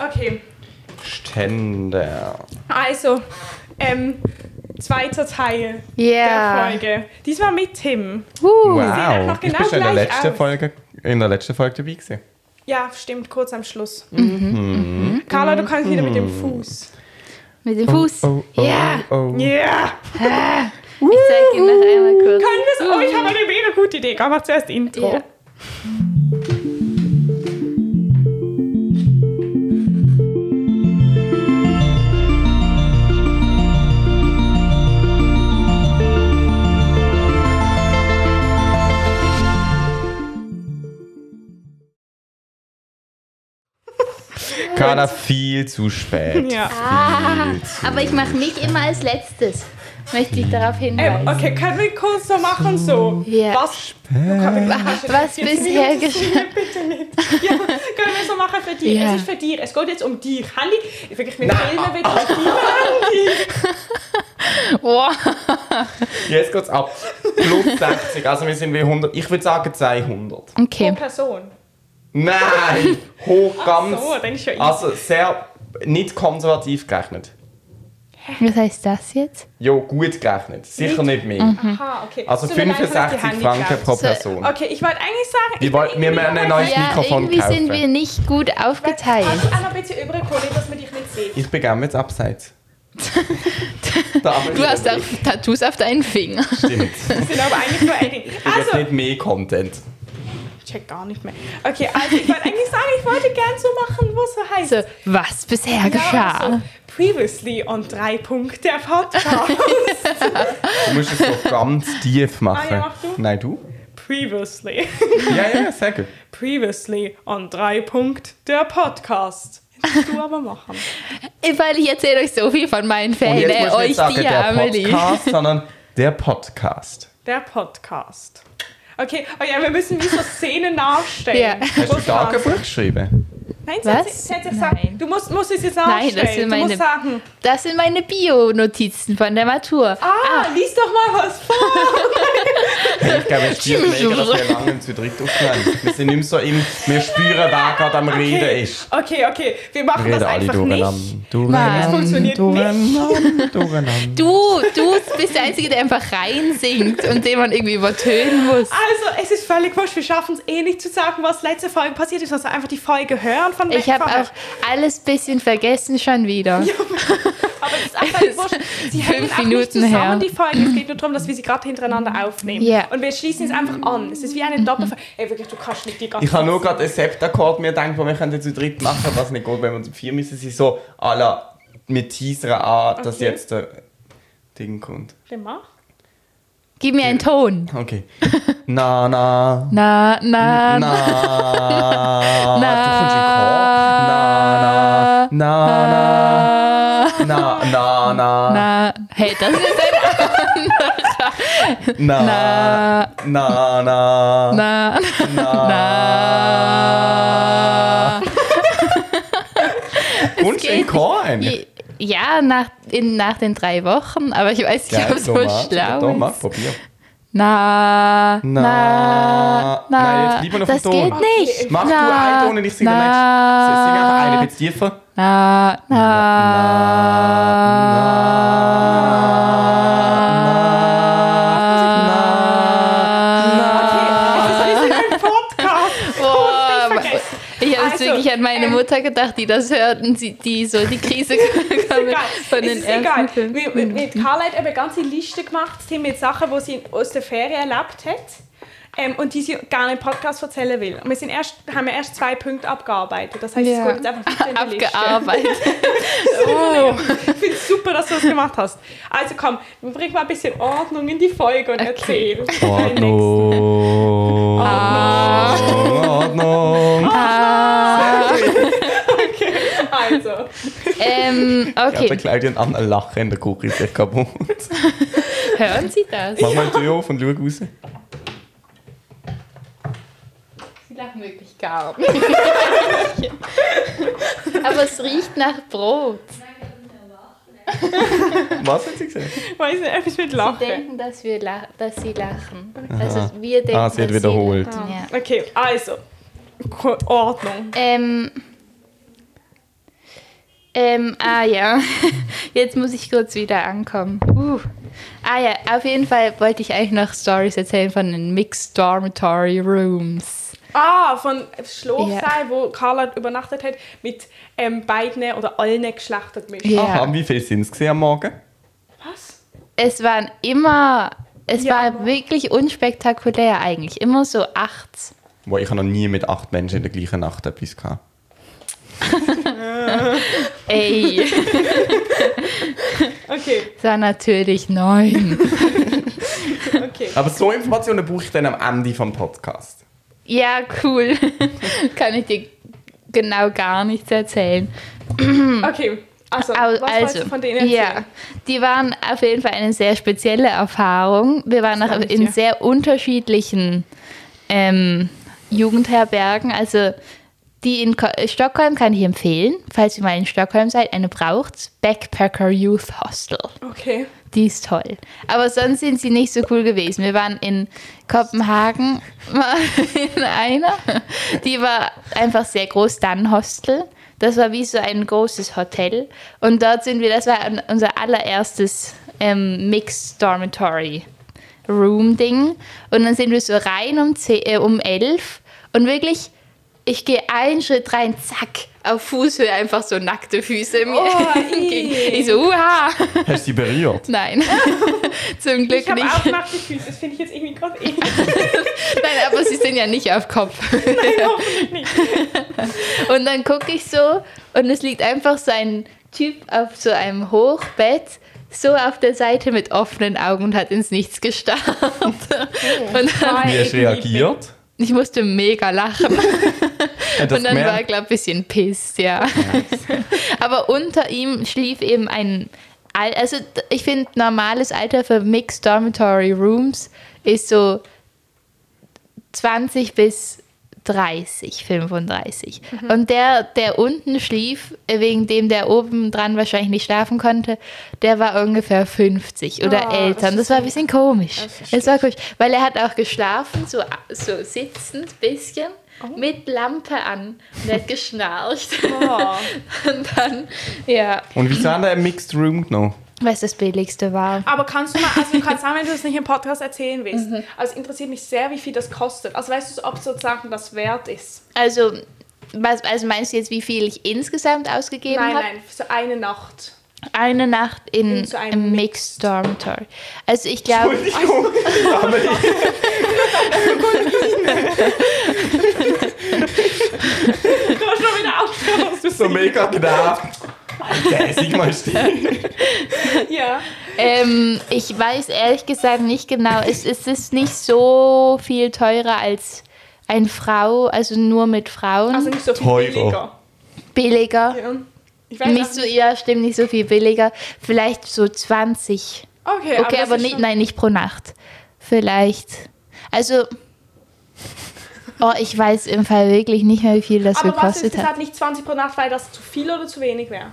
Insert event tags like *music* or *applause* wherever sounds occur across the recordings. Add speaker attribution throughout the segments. Speaker 1: Okay,
Speaker 2: Ständer.
Speaker 1: also, ähm, zweiter Teil der
Speaker 3: Yeah.
Speaker 1: Folge. Diesmal mit Tim.
Speaker 3: Uh.
Speaker 1: einfach
Speaker 2: Wow. Ich
Speaker 1: genau
Speaker 2: bin schon in der
Speaker 1: gleich
Speaker 2: letzten
Speaker 1: aus.
Speaker 2: Folge, in der letzten Folge dabei gewesen.
Speaker 1: Ja, stimmt, kurz am Schluss.
Speaker 3: Mhm.
Speaker 2: Mhm.
Speaker 1: Carla, du kannst wieder mit dem Fuß.
Speaker 3: Mit dem Fuß.
Speaker 2: Oh, oh,
Speaker 3: Ja.
Speaker 2: oh.
Speaker 1: Ja! Yeah.
Speaker 3: Ich zeig ihn nachher mal kurz.
Speaker 1: Können wir es? Oh, ich habe eine mega gute Idee. Komm, mach zuerst Intro.
Speaker 3: Ja.
Speaker 2: Carla, viel zu spät.
Speaker 1: Ja. Ah.
Speaker 2: Viel zu
Speaker 3: Aber ich mache mich immer als letztes. Möchte ich darauf
Speaker 1: Ähm,
Speaker 3: hinweisen.
Speaker 1: okay, können wir kurz so machen so?
Speaker 3: Ja.
Speaker 1: Was? Was,
Speaker 3: Was bisher geschah?
Speaker 1: Bitte nicht. Ja, können wir so machen für dich?
Speaker 3: Ja.
Speaker 1: Es ist für dich. Es geht jetzt um dich. Handy. Ich wirklich mit Filmen wieder auf dein Handy.
Speaker 3: *laughs* Wow.
Speaker 2: Jetzt geht's ab. Plus 60, also wir sind wie 100. Ich würde sagen 200.
Speaker 1: Pro
Speaker 3: Okay.
Speaker 1: Person.
Speaker 2: Nein! Hoch ganz.
Speaker 1: so, dann ist ja easy.
Speaker 2: also sehr nicht konservativ gerechnet.
Speaker 3: Was heißt das jetzt?
Speaker 2: Jo, gut gerechnet. Sicher nicht mehr.
Speaker 1: Aha, okay.
Speaker 2: Also
Speaker 1: Mhm. Tut mir leid, dass ich die
Speaker 2: 65
Speaker 1: Handy
Speaker 2: Franken
Speaker 1: glaubt.
Speaker 2: pro
Speaker 3: So,
Speaker 2: Person.
Speaker 1: Okay, ich wollte eigentlich sagen.
Speaker 2: Wir
Speaker 1: ich
Speaker 2: wollten-
Speaker 1: bin
Speaker 2: wir
Speaker 1: irgendwie
Speaker 2: müssen ein
Speaker 1: dabei,
Speaker 2: neues-
Speaker 3: Ja,
Speaker 2: Mikrofon
Speaker 3: irgendwie
Speaker 2: kaufen.
Speaker 3: sind wir nicht gut
Speaker 1: Kannst du
Speaker 3: aufgeteilt.
Speaker 1: auch noch ein bisschen überkommen, dass man dich nicht sieht?
Speaker 2: *laughs* Ich begann jetzt
Speaker 1: *laughs*
Speaker 2: abseits. Da arbeite
Speaker 3: Du
Speaker 2: ich
Speaker 3: hast
Speaker 2: an
Speaker 3: auch
Speaker 2: mir.
Speaker 3: Tattoos auf deinen Fingern.
Speaker 2: Stimmt.
Speaker 1: Das sind aber eigentlich nur
Speaker 2: *laughs*
Speaker 1: Edding.
Speaker 2: Ich also,
Speaker 1: Also,
Speaker 2: nicht mehr Content.
Speaker 1: ich check gar nicht mehr. Okay, also ich wollte eigentlich sagen, ich wollte gern so machen, was so heißt.
Speaker 3: So, Also, was bisher geschah?
Speaker 1: also, previously on drei Punkte der Podcast. *laughs*
Speaker 2: Du musst es so ganz tief machen.
Speaker 1: Ah, ja, mach du.
Speaker 2: Nein, du?
Speaker 1: previously.
Speaker 2: Ja, ja, sehr gut.
Speaker 1: Previously on drei Punkt der Podcast. Jetzt musst du aber machen.
Speaker 3: Weil ich erzähle euch so viel von meinen
Speaker 2: Und
Speaker 3: Fällen,
Speaker 2: jetzt
Speaker 3: äh,
Speaker 2: musst du
Speaker 3: euch
Speaker 2: nicht sagen,
Speaker 3: die
Speaker 2: der
Speaker 3: Amelie.
Speaker 2: Podcast, sondern der Podcast.
Speaker 1: Der Podcast. Okay, oh ja, wir müssen wie so *laughs* Szenen nachstellen.
Speaker 3: Ja.
Speaker 2: Hast du Tagebuch geschrieben?
Speaker 1: Nein, sie
Speaker 3: Was?
Speaker 1: hat, sie hat gesagt,
Speaker 3: Nein.
Speaker 1: du musst, musst es jetzt
Speaker 3: Nein,
Speaker 1: nachstellen.
Speaker 3: das sind
Speaker 1: du
Speaker 3: meine.
Speaker 1: musst sagen,
Speaker 3: Das sind meine Bio-Notizen von der Matur.
Speaker 1: ah, lies doch mal was vor.
Speaker 2: Ich glaube, es stimmt mega, dass wir lange zu dritt aufnehmen. Wir sind nicht mehr so im, wir spüren, wer gerade am Reden ist.
Speaker 1: Okay, okay, wir machen
Speaker 2: Reden
Speaker 1: das
Speaker 2: alle
Speaker 1: einfach nicht.
Speaker 2: durcheinander. Durcheinander,
Speaker 1: Das funktioniert nicht.
Speaker 2: durcheinander, durcheinander.
Speaker 3: Du, du bist der Einzige, der einfach reinsingt und den man irgendwie übertönen muss.
Speaker 2: Ah,
Speaker 1: Also, es ist völlig wurscht, wir schaffen es eh nicht zu sagen, was letzte Folge passiert ist, also einfach die Folge hören von
Speaker 3: Ich habe auch alles bisschen vergessen schon wieder.
Speaker 1: Aber es ist einfach nicht
Speaker 3: *laughs*
Speaker 1: wurscht. Sie
Speaker 3: Fünf
Speaker 1: hängen auch
Speaker 3: Minuten
Speaker 1: nicht zusammen,
Speaker 3: her.
Speaker 1: die Folgen. Es geht nur darum, dass wir sie gerade hintereinander aufnehmen.
Speaker 3: Ja. Mhm.
Speaker 1: Und wir schließen es einfach an. Es ist wie eine Doppelfolge. Ey, wirklich, du kannst nicht die ganze
Speaker 2: Ich habe nur gerade einen Septakkord mir gedacht, wo wir könnten zu dritt machen, was nicht geht, wenn wir zu vier müssen. Sie so à la mit Teaser an, dass
Speaker 1: Okay.
Speaker 2: jetzt der Ding kommt.
Speaker 1: gemacht.
Speaker 3: Gib mir einen Ton.
Speaker 2: Okay. *laughs* Na, na.
Speaker 3: Na, na, na.
Speaker 2: *laughs* Na, du kommst in den Chor. Na, na, na, na, na, na, na,
Speaker 3: na. Hey, das ist ein
Speaker 2: na,
Speaker 3: Na,
Speaker 2: na, na,
Speaker 3: na.
Speaker 2: na. Und
Speaker 3: geht
Speaker 2: in Chor eigentlich.
Speaker 3: Ja, nach, in, nach den drei Wochen, aber ich weiß nicht, ob es so
Speaker 2: Doch,
Speaker 3: schlau
Speaker 2: mach,
Speaker 3: ist.
Speaker 2: probier.
Speaker 3: Na,
Speaker 2: Na.
Speaker 3: na, na.
Speaker 2: Nein, jetzt lieber noch
Speaker 3: das
Speaker 2: den Ton.
Speaker 3: geht nicht.
Speaker 2: Mach du
Speaker 3: Na,
Speaker 2: einen Ton und ich singe den
Speaker 3: na,
Speaker 2: nächsten. Sie- Sing einfach einen, bisschen tiefer.
Speaker 3: Na, na.
Speaker 1: Okay, es ist ein Podcast.
Speaker 3: Boah,
Speaker 1: Kurz nicht vergessen.
Speaker 3: Ich habe jetzt
Speaker 1: Also,
Speaker 3: wirklich an meine
Speaker 1: ähm,
Speaker 3: Mutter gedacht, die das hört und sie, die so die Krise *laughs* bekommen
Speaker 1: Egal.
Speaker 3: von
Speaker 1: es
Speaker 3: den
Speaker 1: ist egal.
Speaker 3: ersten Filmen.
Speaker 1: Wir, wir, wir, Carla hat eben eine ganze Liste gemacht das sind mit Sachen, die sie aus der Ferien erlebt hat ähm, und die sie gerne im Podcast erzählen will. Und wir sind erst, haben ja erst zwei Punkte abgearbeitet. Das heißt, es
Speaker 3: Ja.
Speaker 1: kommt jetzt einfach weiter in die Liste.
Speaker 3: Abgearbeitet. oh.
Speaker 1: Ich finde es super, dass du das gemacht hast. Also komm, bring mal ein bisschen Ordnung in die Folge und erzähl. *laughs*
Speaker 2: Ordnung. Ah. Ordnung.
Speaker 1: Also,
Speaker 3: *laughs* Ähm,
Speaker 2: Ich habe
Speaker 3: okay,
Speaker 2: Claudia und Anna lachen in der Küche, ist echt kaputt.
Speaker 3: hören Sie das?
Speaker 2: Mach mal die Tür auf und schau raus.
Speaker 3: Sie lachen wirklich gar nicht. *laughs* Aber es riecht nach Brot.
Speaker 2: Was hat sie gesagt?
Speaker 1: ich weiß nicht, etwas mit
Speaker 3: Sie
Speaker 1: Lachen.
Speaker 3: denken, dass, wir lach dass sie lachen. Also wir denken,
Speaker 2: Ah, sie hat
Speaker 3: dass
Speaker 2: wiederholt.
Speaker 3: Sie lachen. Ja.
Speaker 1: Okay, also. Ko- Ordnung.
Speaker 3: Ähm, Ähm, ah ja, *laughs* jetzt muss ich kurz wieder ankommen. Uh. Ah ja, auf jeden Fall wollte ich eigentlich noch Stories erzählen von den Mixed Dormitory Rooms.
Speaker 1: Ah, von Schlafsaal, wo Carla übernachtet hat, mit ähm, beiden oder allen Geschlechtern gemischt.
Speaker 3: Ja.
Speaker 2: Aha, Ah, wie viel sind es am Morgen?
Speaker 1: Was?
Speaker 3: Es waren immer, es
Speaker 1: Ja,
Speaker 3: war
Speaker 1: aber-
Speaker 3: wirklich unspektakulär eigentlich. Immer so acht.
Speaker 2: Wo ich habe noch nie mit acht Menschen in der gleichen Nacht etwas gehabt.
Speaker 3: Ey,
Speaker 1: Okay,
Speaker 3: es war natürlich neun.
Speaker 1: okay.
Speaker 2: Aber so Informationen brauche ich dann am Ende vom Podcast.
Speaker 3: Ja, cool. *laughs* Kann ich dir genau gar nichts erzählen.
Speaker 1: Okay, also,
Speaker 3: Hm. Au-
Speaker 1: was also, wolltest du von denen erzählen?
Speaker 3: Ja, die waren auf jeden Fall eine sehr spezielle Erfahrung. Wir waren auch
Speaker 1: glaub ich
Speaker 3: in
Speaker 1: dir.
Speaker 3: sehr unterschiedlichen ähm, Jugendherbergen. Also die in Ko Stockholm kann ich empfehlen, falls ihr mal in Stockholm seid, eine braucht. Backpacker Youth Hostel.
Speaker 1: Okay.
Speaker 3: Die ist toll. Aber sonst sind sie nicht so cool gewesen. Wir waren in Kopenhagen mal *laughs* in einer. Die war einfach sehr groß, dann Hostel. Das war wie so ein großes Hotel. Und dort sind wir, das war an- unser allererstes ähm, Mixed Dormitory Room Ding. Und dann sind wir so rein um, 10, äh, um 11 und wirklich, ich gehe einen Schritt rein, zack, auf Fußhöhe einfach so nackte Füße mir *laughs*
Speaker 1: Oh,
Speaker 3: entgegen.
Speaker 1: ii.
Speaker 3: Ich so, uha.
Speaker 2: Hast du sie berührt?
Speaker 3: Nein, *laughs* zum Glück
Speaker 1: Ich habe auch
Speaker 3: nicht. *laughs* Nein,
Speaker 1: nackte Füße, das finde ich jetzt irgendwie eh gerade eklig.
Speaker 3: aber sie sind ja nicht auf
Speaker 1: *laughs*
Speaker 3: Kopf. *laughs* Und dann gucke ich so und es liegt einfach so ein Typ auf so einem Hochbett, so auf der Seite mit offenen Augen und hat ins
Speaker 1: *laughs*
Speaker 3: Nichts gestarrt. Und dann,
Speaker 2: Wie hast du reagiert?
Speaker 3: ich musste mega lachen.
Speaker 2: Hat das
Speaker 3: Und dann war er,
Speaker 2: gemerkt?
Speaker 3: glaube ich, ein bisschen pisst, ja. *laughs* Aber unter ihm schlief eben ein. Al also, d- ich finde, normales Alter für Mixed Dormitory Rooms ist so 20 bis 30, 35.
Speaker 1: Mhm.
Speaker 3: Und der, der unten schlief, wegen dem der oben dran wahrscheinlich nicht schlafen konnte, der war ungefähr 50 oder
Speaker 1: Ah,
Speaker 3: älter.
Speaker 1: das
Speaker 3: Und das
Speaker 1: ist
Speaker 3: war ein bisschen komisch.
Speaker 1: Das ist
Speaker 3: Es war komisch, weil er hat auch geschlafen, so, so sitzend bisschen, mit Lampe an und er hat geschnarcht. *laughs*
Speaker 1: Oh.
Speaker 3: Und dann, ja,
Speaker 2: Und wieso haben wir einen Mixed Room genommen?
Speaker 3: weil es das Billigste war.
Speaker 1: Aber kannst du mal, also du kannst auch, wenn du das nicht im Podcast erzählen willst,
Speaker 3: Mhm.
Speaker 1: also es interessiert mich sehr, wie viel das kostet. Also weißt du, ob sozusagen das wert ist?
Speaker 3: Also, was, also meinst du jetzt, wie viel ich insgesamt ausgegeben
Speaker 1: Nein,
Speaker 3: habe?
Speaker 1: nein, so eine Nacht. *laughs*
Speaker 3: Eine Nacht in,
Speaker 1: In so einem
Speaker 3: im Mixed Dormitory. Also ich glaube,
Speaker 2: Entschuldigung, Amelie.
Speaker 1: Du kannst schon wieder aufhören, was du
Speaker 3: *laughs*
Speaker 2: so mega genervt. Alter, Sigma ist die.
Speaker 1: Ja.
Speaker 3: ähm, ich weiß ehrlich gesagt nicht genau. Es, es ist nicht so viel teurer als ein Frau, also nur mit Frauen.
Speaker 1: Also nicht so viel
Speaker 2: Teurer.
Speaker 1: billiger.
Speaker 3: billiger.
Speaker 1: Ja. Ich weiß
Speaker 3: Nicht
Speaker 1: nicht.
Speaker 3: so, ja, stimmt, nicht so viel billiger. Vielleicht so 20.
Speaker 1: Okay,
Speaker 3: Okay,
Speaker 1: das
Speaker 3: aber,
Speaker 1: ist
Speaker 3: nicht,
Speaker 1: schon-
Speaker 3: nein, nicht pro Nacht. Vielleicht. Also. Oh, ich weiß im Fall wirklich nicht mehr, wie viel das
Speaker 1: Aber was ist
Speaker 3: gekostet hat.
Speaker 1: gesagt, nicht 20 pro Nacht, weil das zu viel oder zu wenig wäre?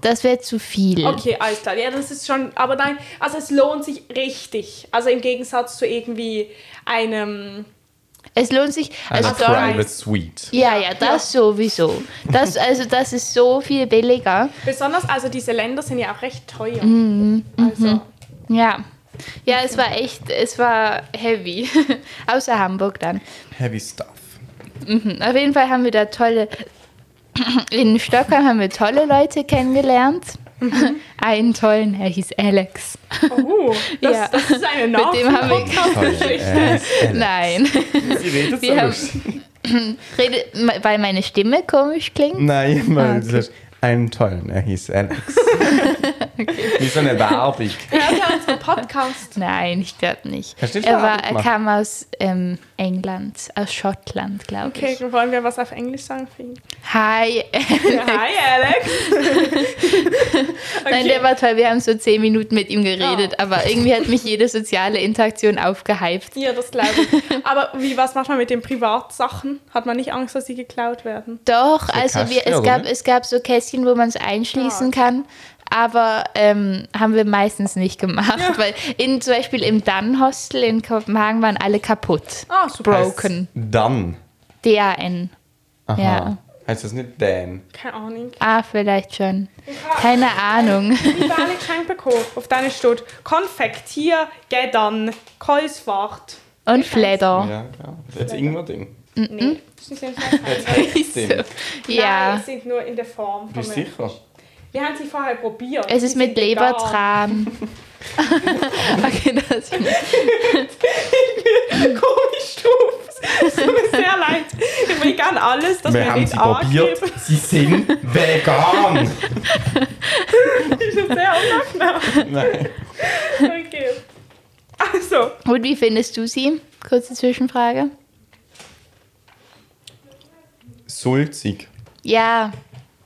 Speaker 3: Das wäre zu viel.
Speaker 1: Okay, alles klar. Ja, das ist schon, aber nein, also es lohnt sich richtig. Also im Gegensatz zu irgendwie einem,
Speaker 3: *laughs* Es lohnt sich.
Speaker 2: Eine
Speaker 3: Also, Dorm-
Speaker 2: Private Suite.
Speaker 3: ja, ja, das sowieso. *laughs* Das, also, das ist so viel billiger.
Speaker 1: besonders, also diese Länder sind ja auch recht teuer.
Speaker 3: Mhm,
Speaker 1: Also,
Speaker 3: Ja. Ja, es war echt, es war heavy. *laughs* Außer Hamburg dann.
Speaker 2: Heavy Stuff.
Speaker 3: Auf jeden Fall haben wir da tolle. *clears throat* In Stockholm haben wir tolle Leute kennengelernt. *laughs* Einen tollen, er hieß Alex.
Speaker 1: oh, das,
Speaker 3: *laughs* Ja.
Speaker 1: das ist eine
Speaker 3: Mit dem haben wir-
Speaker 1: Nachricht.
Speaker 2: äh,
Speaker 3: Nein.
Speaker 2: Sie redet so
Speaker 3: Wir haben-
Speaker 2: lustig.
Speaker 3: *laughs* Rede, weil meine Stimme komisch klingt.
Speaker 2: Nein, weil
Speaker 3: Ah,
Speaker 2: du sagst, einen tollen, er hieß
Speaker 3: *laughs*
Speaker 2: Alex. Wie so eine Werbung.
Speaker 1: Hört ihr unseren Podcast?
Speaker 3: Nein, ich glaube nicht.
Speaker 2: Hast du nicht
Speaker 3: Er,
Speaker 2: Werbung
Speaker 3: war, er
Speaker 2: gemacht?
Speaker 3: kam aus ähm, England, aus Schottland, glaube
Speaker 1: Okay,
Speaker 3: ich.
Speaker 1: wollen wir was auf Englisch sagen? für
Speaker 3: *laughs*
Speaker 1: ihn?
Speaker 3: Hi.
Speaker 1: Hi, Alex.
Speaker 3: Nein, der war toll. Wir haben so zehn Minuten mit ihm geredet, aber irgendwie hat mich jede soziale Interaktion aufgehypt.
Speaker 1: Ja, das glaube ich. Aber wie, was macht man mit den Privatsachen? Hat man nicht Angst, dass sie geklaut werden?
Speaker 3: Doch, also wir,
Speaker 2: Kasten,
Speaker 3: es, gab,
Speaker 2: oder?
Speaker 3: es gab so Kästchen, wo man es einschließen kann, aber ähm, haben wir meistens nicht gemacht, weil in, zum Beispiel im Dann-Hostel in Kopenhagen waren alle kaputt.
Speaker 1: Ah, super.
Speaker 3: Broken.
Speaker 2: Dann.
Speaker 3: D-A-N.
Speaker 2: Aha.
Speaker 3: Ja.
Speaker 2: Heißt Heißt das nicht Dan?
Speaker 1: Keine Ahnung.
Speaker 3: Ah, vielleicht schon. Keine *laughs* Ahnung.
Speaker 1: Ich habe alle Geschenke bekommen. Auf denen steht Konfektier, geh dann, Kreuzfahrt.
Speaker 3: Und Fleder.
Speaker 2: Ja, klar. Das ist jetzt irgendwo Ding.
Speaker 1: Nein, das ist nicht
Speaker 3: *laughs*
Speaker 1: Nein,
Speaker 2: Ding.
Speaker 3: Ja.
Speaker 1: die sind nur in der Form von
Speaker 2: Bist du sicher?
Speaker 1: Wir haben sie vorher probiert.
Speaker 3: Es ist
Speaker 1: Sie
Speaker 3: mit
Speaker 1: sind
Speaker 3: Leber
Speaker 1: vegan.
Speaker 3: *laughs* dran. okay,
Speaker 1: *laughs*
Speaker 3: das
Speaker 1: Komisch drauf. Es tut mir sehr leid. Ich will gerne alles, dass wir,
Speaker 2: Wir haben
Speaker 1: nicht
Speaker 2: sie probiert.
Speaker 1: angeben.
Speaker 2: Sie *laughs* sind vegan.
Speaker 1: Das ist sehr unangenehm.
Speaker 2: Nein.
Speaker 1: Okay. Also,
Speaker 3: Und wie findest du sie? Kurze Zwischenfrage.
Speaker 2: Sulzig.
Speaker 3: Ja,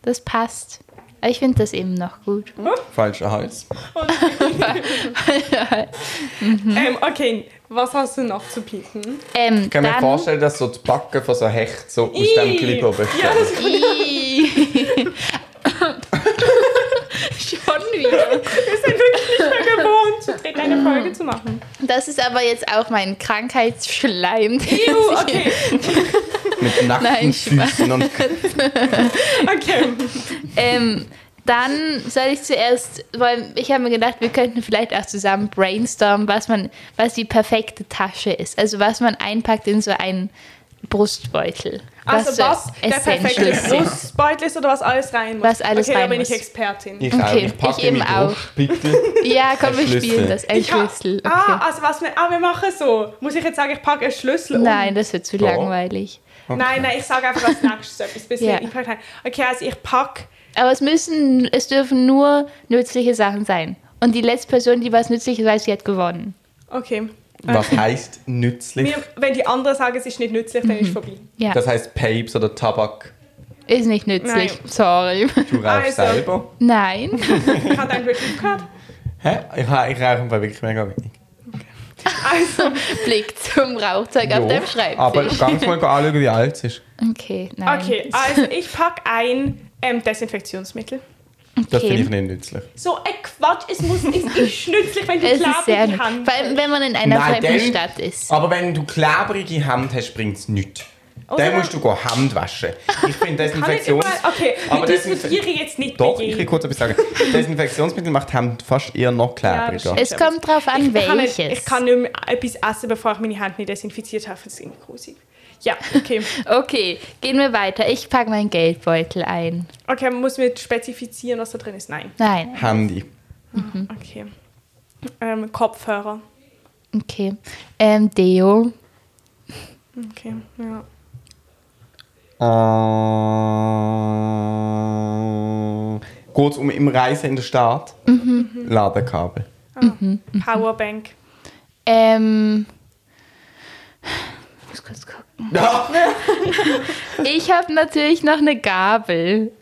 Speaker 3: das passt. Aber Ich finde das eben noch gut.
Speaker 2: Falscher Hals.
Speaker 3: *laughs*
Speaker 1: *laughs* ähm, okay, was hast du noch zu bieten?
Speaker 3: Ähm,
Speaker 2: Ich kann mir
Speaker 3: dann-
Speaker 2: vorstellen, dass so die Backen von so Hecht so aus dem
Speaker 1: Ih.
Speaker 2: Clipper
Speaker 1: Ja,
Speaker 2: bestehen.
Speaker 1: das ist
Speaker 3: Ih. *laughs* Schon wieder.
Speaker 1: wir sind wirklich nicht mehr gewohnt, zu dritt eine
Speaker 3: Ah.
Speaker 1: Folge zu machen.
Speaker 3: Das ist aber jetzt auch mein Krankheitsschleim.
Speaker 1: *laughs* Ew, okay,
Speaker 2: Mit nackten
Speaker 3: Nein,
Speaker 2: Füßen und
Speaker 1: okay.
Speaker 3: *laughs* ähm, dann soll ich zuerst, weil ich habe mir gedacht, wir könnten vielleicht auch zusammen brainstormen, was man, was die perfekte Tasche ist. Also was man einpackt in so einen Brustbeutel.
Speaker 1: Also
Speaker 3: so
Speaker 1: was der perfekte
Speaker 3: essential sind.
Speaker 1: Brustbeutel ist oder was alles rein muss.
Speaker 3: Was alles
Speaker 1: okay,
Speaker 3: rein
Speaker 1: da bin
Speaker 3: muss.
Speaker 1: ich Expertin.
Speaker 2: ich auch.
Speaker 3: Okay,
Speaker 2: Ich packe
Speaker 3: ich eben
Speaker 2: mich
Speaker 3: auch.
Speaker 2: durch, bitte.
Speaker 3: Ja, komm,
Speaker 2: Ein
Speaker 3: wir
Speaker 2: Schlüssel.
Speaker 3: spielen das. Ein
Speaker 1: Ich ha-
Speaker 3: Schlüssel. Okay.
Speaker 1: Ah, also was wir, ah, wir machen so. Muss ich jetzt sagen, ich packe einen Schlüssel um?
Speaker 3: Nein, das wird zu
Speaker 2: Doch.
Speaker 3: langweilig.
Speaker 1: Nein, nein, ich sage einfach als nächstes etwas. Bis
Speaker 3: Ja.
Speaker 1: ich gepackt habe. Okay, also ich packe
Speaker 3: Aber es müssen, es dürfen nur nützliche Sachen sein. Und die letzte Person, die was Nützliches weiß, die hat gewonnen.
Speaker 1: Okay.
Speaker 2: Was heisst nützlich?
Speaker 1: Mir, wenn die anderen sagen, es ist nicht nützlich, dann
Speaker 3: Mhm.
Speaker 1: ist es vorbei.
Speaker 3: Ja,
Speaker 2: Das heisst Papes oder Tabak.
Speaker 3: ist nicht nützlich.
Speaker 1: Nein.
Speaker 3: Sorry. *laughs*
Speaker 2: Du rauchst
Speaker 1: Also.
Speaker 2: selber.
Speaker 3: Nein.
Speaker 1: *laughs* Ich habe dann wirklich aufgehört.
Speaker 2: Hä? Ich, ha- ich rauche im Fall wirklich mega wenig.
Speaker 1: Also,
Speaker 3: Blick zum Rauchzeug
Speaker 2: Ja,
Speaker 3: auf deinem Schreibtisch.
Speaker 2: Aber ganz mal anschauen, wie alt es ist.
Speaker 3: okay, *laughs* nein.
Speaker 1: okay, also ich packe ein ähm, Desinfektionsmittel.
Speaker 2: Das
Speaker 3: Okay.
Speaker 2: finde ich nicht nützlich.
Speaker 1: So ein Quatsch, es, muss, es
Speaker 3: *laughs*
Speaker 1: ist nützlich, wenn du
Speaker 3: Es ist
Speaker 1: Kleber
Speaker 3: sehr
Speaker 1: in die
Speaker 3: nützlich.
Speaker 1: Hand
Speaker 3: Vor allem, wenn man in einer fremden Stadt ist.
Speaker 2: Aber wenn du klebrige Hand hast, bringt es nichts.
Speaker 1: Oder-
Speaker 2: dann musst du gehen Hand waschen. Ich finde
Speaker 1: Kann ich
Speaker 2: Desinfektions...
Speaker 1: immer, okay,
Speaker 2: Aber
Speaker 1: aber
Speaker 2: das sind-
Speaker 1: diskutiere jetzt nicht
Speaker 2: Doch,
Speaker 1: mit
Speaker 2: ich will
Speaker 1: jedem.
Speaker 2: kurz etwas sagen. Desinfektionsmittel macht Hand fast eher noch
Speaker 1: Ja, das
Speaker 2: klebriger.
Speaker 1: stimmt.
Speaker 3: es kommt drauf an,
Speaker 1: Oh, Ich kann, nicht,
Speaker 3: welches.
Speaker 1: ich kann nicht mehr etwas essen, bevor ich meine Hand nicht desinfiziert habe. Das ist irgendwie grusig. Ja,
Speaker 3: *laughs*
Speaker 1: okay.
Speaker 3: okay, gehen wir weiter. Ich packe meinen Geldbeutel ein.
Speaker 1: Okay, man muss mir spezifizieren, was da drin ist. Nein.
Speaker 3: Nein.
Speaker 2: Handy.
Speaker 3: Mhm.
Speaker 1: Okay. Ähm, Kopfhörer.
Speaker 3: Okay. Ähm, Deo.
Speaker 1: Okay, ja.
Speaker 2: Äh, Geht es um im Reisen in der Stadt?
Speaker 1: Mhm. *laughs*
Speaker 2: Ladekabel.
Speaker 3: Mhm.
Speaker 1: Powerbank.
Speaker 3: Ähm. Ich muss kurz gucken. Ich habe natürlich noch eine Gabel.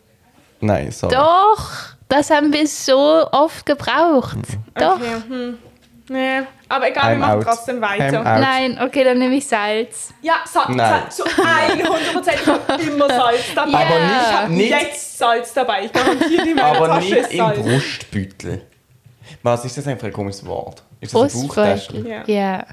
Speaker 2: Nein, sorry.
Speaker 3: Doch, das haben wir so oft gebraucht. Doch.
Speaker 1: Okay, hm. Nee. Aber egal,
Speaker 2: I'm
Speaker 1: wir machen
Speaker 2: out.
Speaker 1: trotzdem weiter.
Speaker 2: I'm out.
Speaker 3: Nein, okay, dann nehme ich Salz.
Speaker 1: Ja, Salz,
Speaker 2: Nein.
Speaker 1: Salz, zu
Speaker 3: *laughs*
Speaker 1: 100% immer Salz dabei.
Speaker 3: Ja.
Speaker 2: Aber
Speaker 1: Ich
Speaker 2: nicht,
Speaker 1: habe
Speaker 2: nicht
Speaker 1: jetzt Salz dabei. Ich garantiere dir, meine
Speaker 2: Aber
Speaker 1: Tasche
Speaker 2: nicht
Speaker 1: ist
Speaker 2: im
Speaker 1: Salz.
Speaker 2: Brustbeutel. Was ist das eigentlich für ein komisches Wort? Ist das ein Bauchtäschchen?
Speaker 3: Brustbeutel.
Speaker 1: Ja.
Speaker 3: Ja.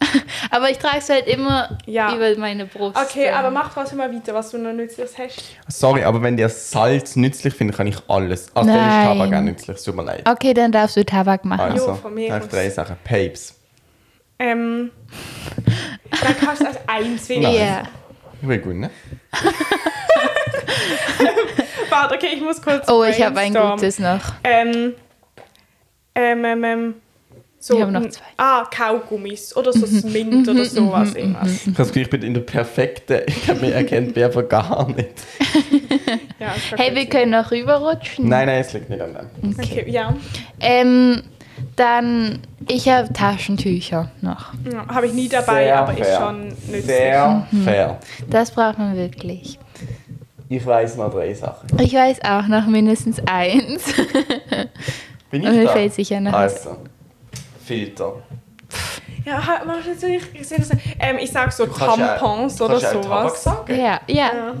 Speaker 3: *laughs* Aber ich trage es halt immer
Speaker 1: Ja.
Speaker 3: über meine Brust.
Speaker 1: Okay, aber mach trotzdem mal weiter, was du noch nützliches hast.
Speaker 2: Sorry, aber wenn dir Salz nützlich findet, kann ich alles. Also dann ist
Speaker 3: Nein.
Speaker 2: Tabak auch nützlich, es tut mir leid.
Speaker 3: Okay, dann darfst du Tabak machen.
Speaker 2: Also,
Speaker 1: Ah. Jo, von mir
Speaker 2: dann habe ich
Speaker 1: aus.
Speaker 2: drei Sachen. Papes.
Speaker 3: *laughs*
Speaker 1: Ähm, dann kannst du als eins
Speaker 3: Ja.
Speaker 1: wenigstens.
Speaker 2: Ich will gut, ne?
Speaker 1: Warte, okay, ich muss kurz
Speaker 3: Oh, ich habe ein
Speaker 1: brainstormen.
Speaker 3: gutes noch.
Speaker 1: Ähm, ähm, ähm, ähm. So,
Speaker 3: Wir haben noch
Speaker 1: ein-
Speaker 3: zwei.
Speaker 1: Ah, Kaugummis oder
Speaker 3: *laughs*
Speaker 1: so Smint oder sowas. Irgendwas.
Speaker 2: Ich habe das Gefühl, ich bin in der perfekten. Ich hab mich erkennt mich einfach gar nicht.
Speaker 1: Ja, das war
Speaker 3: Hey,
Speaker 1: gut.
Speaker 3: wir können noch rüberrutschen.
Speaker 2: Nein, nein, es liegt nicht an dem.
Speaker 1: Okay, ja.
Speaker 3: Ähm, dann, ich habe Taschentücher noch.
Speaker 1: ja habe ich nie dabei,
Speaker 2: Sehr
Speaker 1: aber ist
Speaker 2: fair.
Speaker 1: schon nützlich. Mhm.
Speaker 2: Sehr fair.
Speaker 3: Das braucht man wirklich.
Speaker 2: Ich weiß noch drei Sachen.
Speaker 3: Ich weiß auch noch mindestens eins.
Speaker 2: Bin ich
Speaker 3: Und mir
Speaker 2: da?
Speaker 3: fällt sicher noch was.
Speaker 2: Also, Filter.
Speaker 1: Ja, ha- mach jetzt nicht. Ich, sehe das nicht. ähm, ich sage so
Speaker 2: Du kannst ja-
Speaker 1: Tampons
Speaker 2: du
Speaker 1: oder
Speaker 2: kannst ja auch Tabak
Speaker 1: sowas.
Speaker 2: sagen.
Speaker 3: Ja, ja.
Speaker 1: Ja.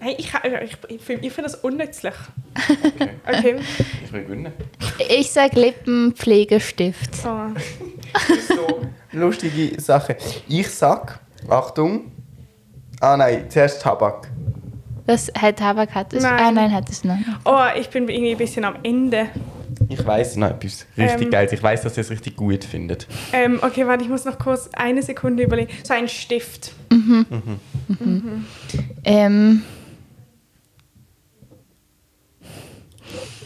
Speaker 1: Hey, ich, ha- ich, ich, find- ich finde das unnützlich.
Speaker 2: Okay. *laughs*
Speaker 1: Okay.
Speaker 2: Ich will gewinnen.
Speaker 3: Ich sag Lippenpflegestift.
Speaker 1: So.
Speaker 2: so lustige Sache. Ich sag, Achtung. Ah nein, zuerst Tabak.
Speaker 3: dass halt Tabak hat es.
Speaker 1: Nein.
Speaker 3: Ah, nein, hat es noch. nicht.
Speaker 1: Oh, ich bin irgendwie ein bisschen am Ende.
Speaker 2: Ich weiß noch etwas richtig
Speaker 1: Ähm.
Speaker 2: Geiles. Ich weiß, dass ihr es richtig gut findet.
Speaker 1: Ähm, okay, warte, ich muss noch kurz eine Sekunde überlegen. So ein Stift.
Speaker 3: Ähm,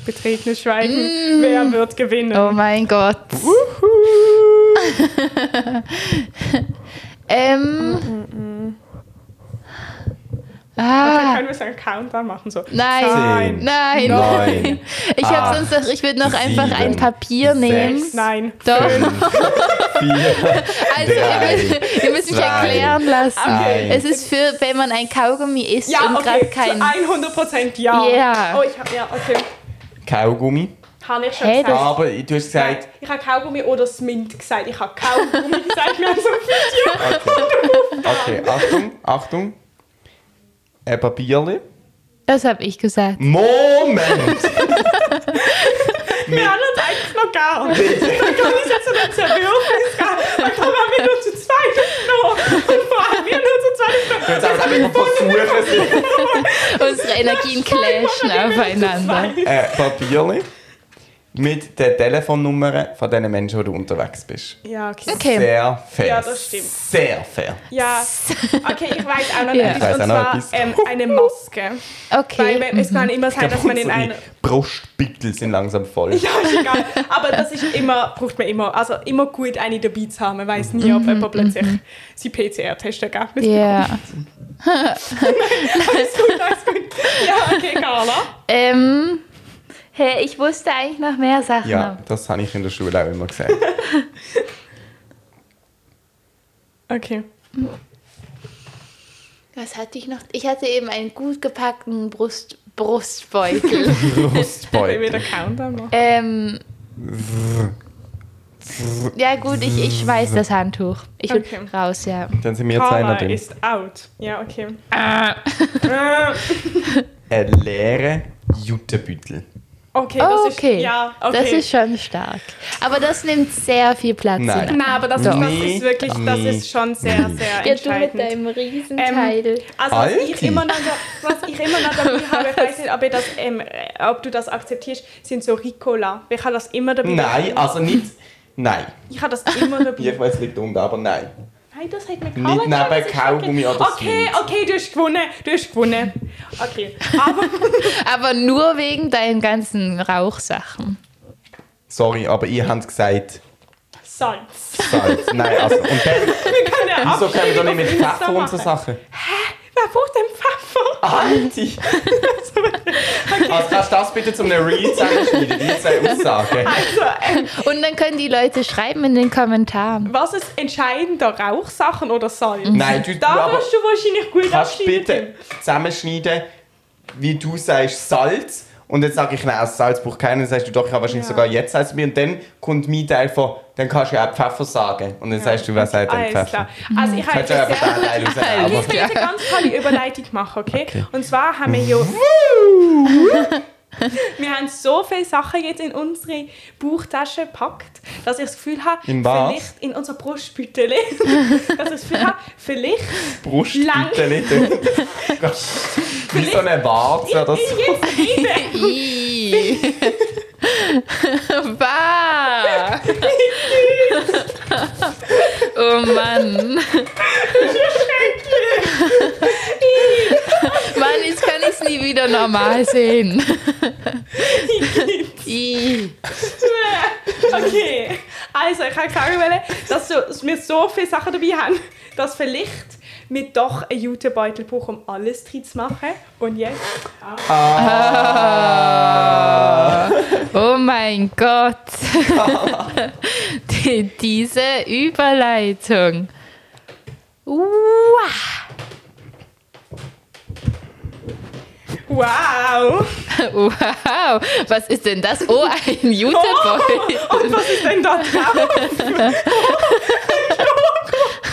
Speaker 1: Betretenes Schweigen. Wer wird gewinnen?
Speaker 3: Mm. oh mein Gott. *laughs*
Speaker 1: Mm,
Speaker 3: ähm.
Speaker 1: Okay,
Speaker 3: Ah,
Speaker 1: können wir so einen Countdown machen? So.
Speaker 3: nein,
Speaker 2: Zehn,
Speaker 3: nein.
Speaker 2: neun,
Speaker 3: *laughs* Ich habe
Speaker 2: acht,
Speaker 3: sonst noch, ich würde noch einfach ein
Speaker 2: sieben,
Speaker 3: Papier
Speaker 2: sechs,
Speaker 3: nehmen.
Speaker 1: Nein.
Speaker 3: Doch,
Speaker 2: *laughs* Vier.
Speaker 3: also
Speaker 2: drei,
Speaker 3: ihr müsst, ihr müsst mich
Speaker 2: zwei,
Speaker 3: erklären lassen.
Speaker 2: Okay.
Speaker 3: Es ist für, wenn man ein Kaugummi isst
Speaker 1: Ja,
Speaker 3: und
Speaker 1: okay,
Speaker 3: gerade
Speaker 1: zu
Speaker 3: keinen.
Speaker 1: 100% ja.
Speaker 3: Ja.
Speaker 1: Oh, ich hab, ja, okay.
Speaker 2: Kaugummi.
Speaker 1: Habe ich schon
Speaker 3: Hä,
Speaker 1: gesagt.
Speaker 2: Aber du hast gesagt,
Speaker 1: Ich habe Kaugummi oder Smint gesagt. Ich habe Kaugummi *laughs* gesagt. Wir haben so
Speaker 2: okay, Achtung, Achtung. Ein Papierli.
Speaker 3: Das habe ich gesagt.
Speaker 2: Moment!
Speaker 1: Wir haben uns eigentlich noch
Speaker 2: *laughs*
Speaker 1: gar nicht. Dann kann ich jetzt nicht zerwürfeln. Dann kann man nur zu zweit noch. Und vor allem wir nur zu zweit noch.
Speaker 2: *laughs* Jetzt auch damit versuchen,
Speaker 3: *laughs* Unsere Energien clashen ne, aufeinander.
Speaker 1: Zwei.
Speaker 2: ein Papierli mit der Telefonnummer von den Menschen, wo du unterwegs bist.
Speaker 1: Ja, okay.
Speaker 3: Okay.
Speaker 2: Sehr fair.
Speaker 1: Ja, das stimmt.
Speaker 2: Sehr fair.
Speaker 1: Ja, okay, ich weiß auch noch
Speaker 3: Ja.
Speaker 2: Ich
Speaker 1: etwas.
Speaker 2: weiss
Speaker 1: Und
Speaker 2: auch noch
Speaker 1: zwar
Speaker 2: etwas.
Speaker 1: ähm, eine Maske. Weil
Speaker 3: *laughs* Okay.
Speaker 1: wenn- es kann immer sein, dass man in einer...
Speaker 2: Unsere Brustspickel sind langsam voll.
Speaker 1: Ja, ist egal. Aber das ist immer, braucht man immer. Also immer gut, eine dabei zu haben. Man weiß nie,
Speaker 3: Mhm.
Speaker 1: ob jemand plötzlich sein PCR-Testergebnis
Speaker 3: Ja.
Speaker 1: Ja, okay, Carla.
Speaker 3: Ähm. Hey, ich wusste eigentlich noch mehr Sachen.
Speaker 2: Ja,
Speaker 1: genau.
Speaker 2: das habe ich in der Schule auch immer gesagt.
Speaker 1: *laughs* Okay.
Speaker 3: Was hatte ich noch? Ich hatte eben einen gut gepackten Brust Brustbeutel.
Speaker 1: Wollen wir
Speaker 2: Brustbeutel.
Speaker 1: den Countdown machen?
Speaker 3: *laughs* ähm. Ja gut, ich, ich schmeiß das Handtuch. Ich will
Speaker 1: Okay.
Speaker 3: raus, ja.
Speaker 2: Dann sind wir jetzt einer
Speaker 1: Carla
Speaker 2: drin.
Speaker 1: ist out. Ja, okay.
Speaker 3: Ah.
Speaker 1: Äh,
Speaker 2: Ein leerer Jutebeutel.
Speaker 1: Okay, das
Speaker 3: Oh,
Speaker 1: ist...
Speaker 3: okay.
Speaker 1: Ja, okay.
Speaker 3: Das ist schon stark. Aber das nimmt sehr viel Platz
Speaker 2: Nein.
Speaker 3: in
Speaker 1: Nein, aber das,
Speaker 2: Doch.
Speaker 1: das ist wirklich... Das
Speaker 2: Nee.
Speaker 1: ist schon sehr, sehr
Speaker 3: Ja, du mit
Speaker 1: entscheidend.
Speaker 3: deinem
Speaker 1: Ähm,
Speaker 3: Riesenteil.
Speaker 1: also was ich,
Speaker 2: Alti.
Speaker 1: immer noch, da- was ich immer noch
Speaker 3: *laughs*
Speaker 1: dabei habe, ich weiß nicht, ob, ich das, ähm, äh, ob du das akzeptierst, sind so Ricola. Ich habe das immer dabei.
Speaker 2: Nein, also nicht. Nein.
Speaker 1: Ich habe das immer
Speaker 2: Ich
Speaker 1: dabei.
Speaker 2: weiß, es liegt unten, aber nein.
Speaker 1: Nein, das hat mir
Speaker 2: Nicht neben Kaugummi oder
Speaker 1: Okay,
Speaker 2: Smooth.
Speaker 1: okay, du hast gewonnen. Du hast gewonnen. Okay, aber
Speaker 2: *laughs*
Speaker 3: Aber nur wegen deinen ganzen Rauchsachen.
Speaker 2: Sorry, aber ihr habt gesagt,
Speaker 1: Salz.
Speaker 2: Salz.
Speaker 1: *laughs*
Speaker 2: Nein, also. Und dann,
Speaker 1: Wir können ja
Speaker 2: wieso können wir doch nicht mit
Speaker 1: Abstimmung auf
Speaker 2: Pfeffer
Speaker 1: Insta
Speaker 2: und so
Speaker 1: machen. *laughs*
Speaker 2: Sachen?
Speaker 1: Wer braucht denn Pfeffer?
Speaker 2: Alti! Also kannst du das bitte zum Read zusammenschneiden, die zwei Aussagen?
Speaker 1: Also, ähm,
Speaker 3: Und dann können die Leute schreiben in den Kommentaren.
Speaker 1: was ist entscheidender? Rauchsachen oder Salz?
Speaker 2: Mhm. Nein, du, du
Speaker 1: Da
Speaker 2: aber
Speaker 1: wirst du wahrscheinlich gut
Speaker 2: kannst du
Speaker 1: abschneiden.
Speaker 2: bitte zusammenschneiden, wie du sagst Salz und jetzt sage ich, nein, aus Salz braucht keiner, dann sagst du doch, ich habe wahrscheinlich
Speaker 1: Ja.
Speaker 2: sogar jetzt Salz mir und dann kommt mein Teil von, dann kannst du ja auch Pfeffer sagen und dann sagst du, wer sagt denn
Speaker 1: Alles
Speaker 2: Pfeffer? Mhm.
Speaker 1: klar. Also ich habe
Speaker 2: Kannst du ja
Speaker 1: jetzt
Speaker 2: einfach
Speaker 1: sehr
Speaker 2: den Teil
Speaker 3: Alles
Speaker 1: *laughs* Ich
Speaker 2: rausnehmen, aber-
Speaker 1: will jetzt eine ganz tolle Überleitung machen, okay? Und zwar haben wir ja. wir haben so viele Sachen jetzt in unsere Bauchtasche gepackt, dass ich das Gefühl habe,
Speaker 2: In was?
Speaker 1: vielleicht in unser Brustbüteli, *laughs* dass ich das Gefühl habe, vielleicht,
Speaker 2: Brustbeutel.
Speaker 1: *laughs*
Speaker 2: Wie so eine Warze oder so.
Speaker 3: Ih. *laughs* Bah. oh Mann. Mann, jetzt kann ich es nie wieder normal sehen. Ih.
Speaker 1: okay. Also ich kann sagen, wollen, dass so- dass wir so viele Sachen dabei haben, dass vielleicht wir doch einen Jutebeutel brauchen, um alles drin zu machen. Und jetzt...
Speaker 3: Oh mein Gott. *laughs* Die, diese Überleitung. Uah.
Speaker 1: Wow!
Speaker 3: Wow, was ist denn das? Oh, ein Jutebeutel.
Speaker 1: Und was ist denn da drauf?
Speaker 3: *laughs*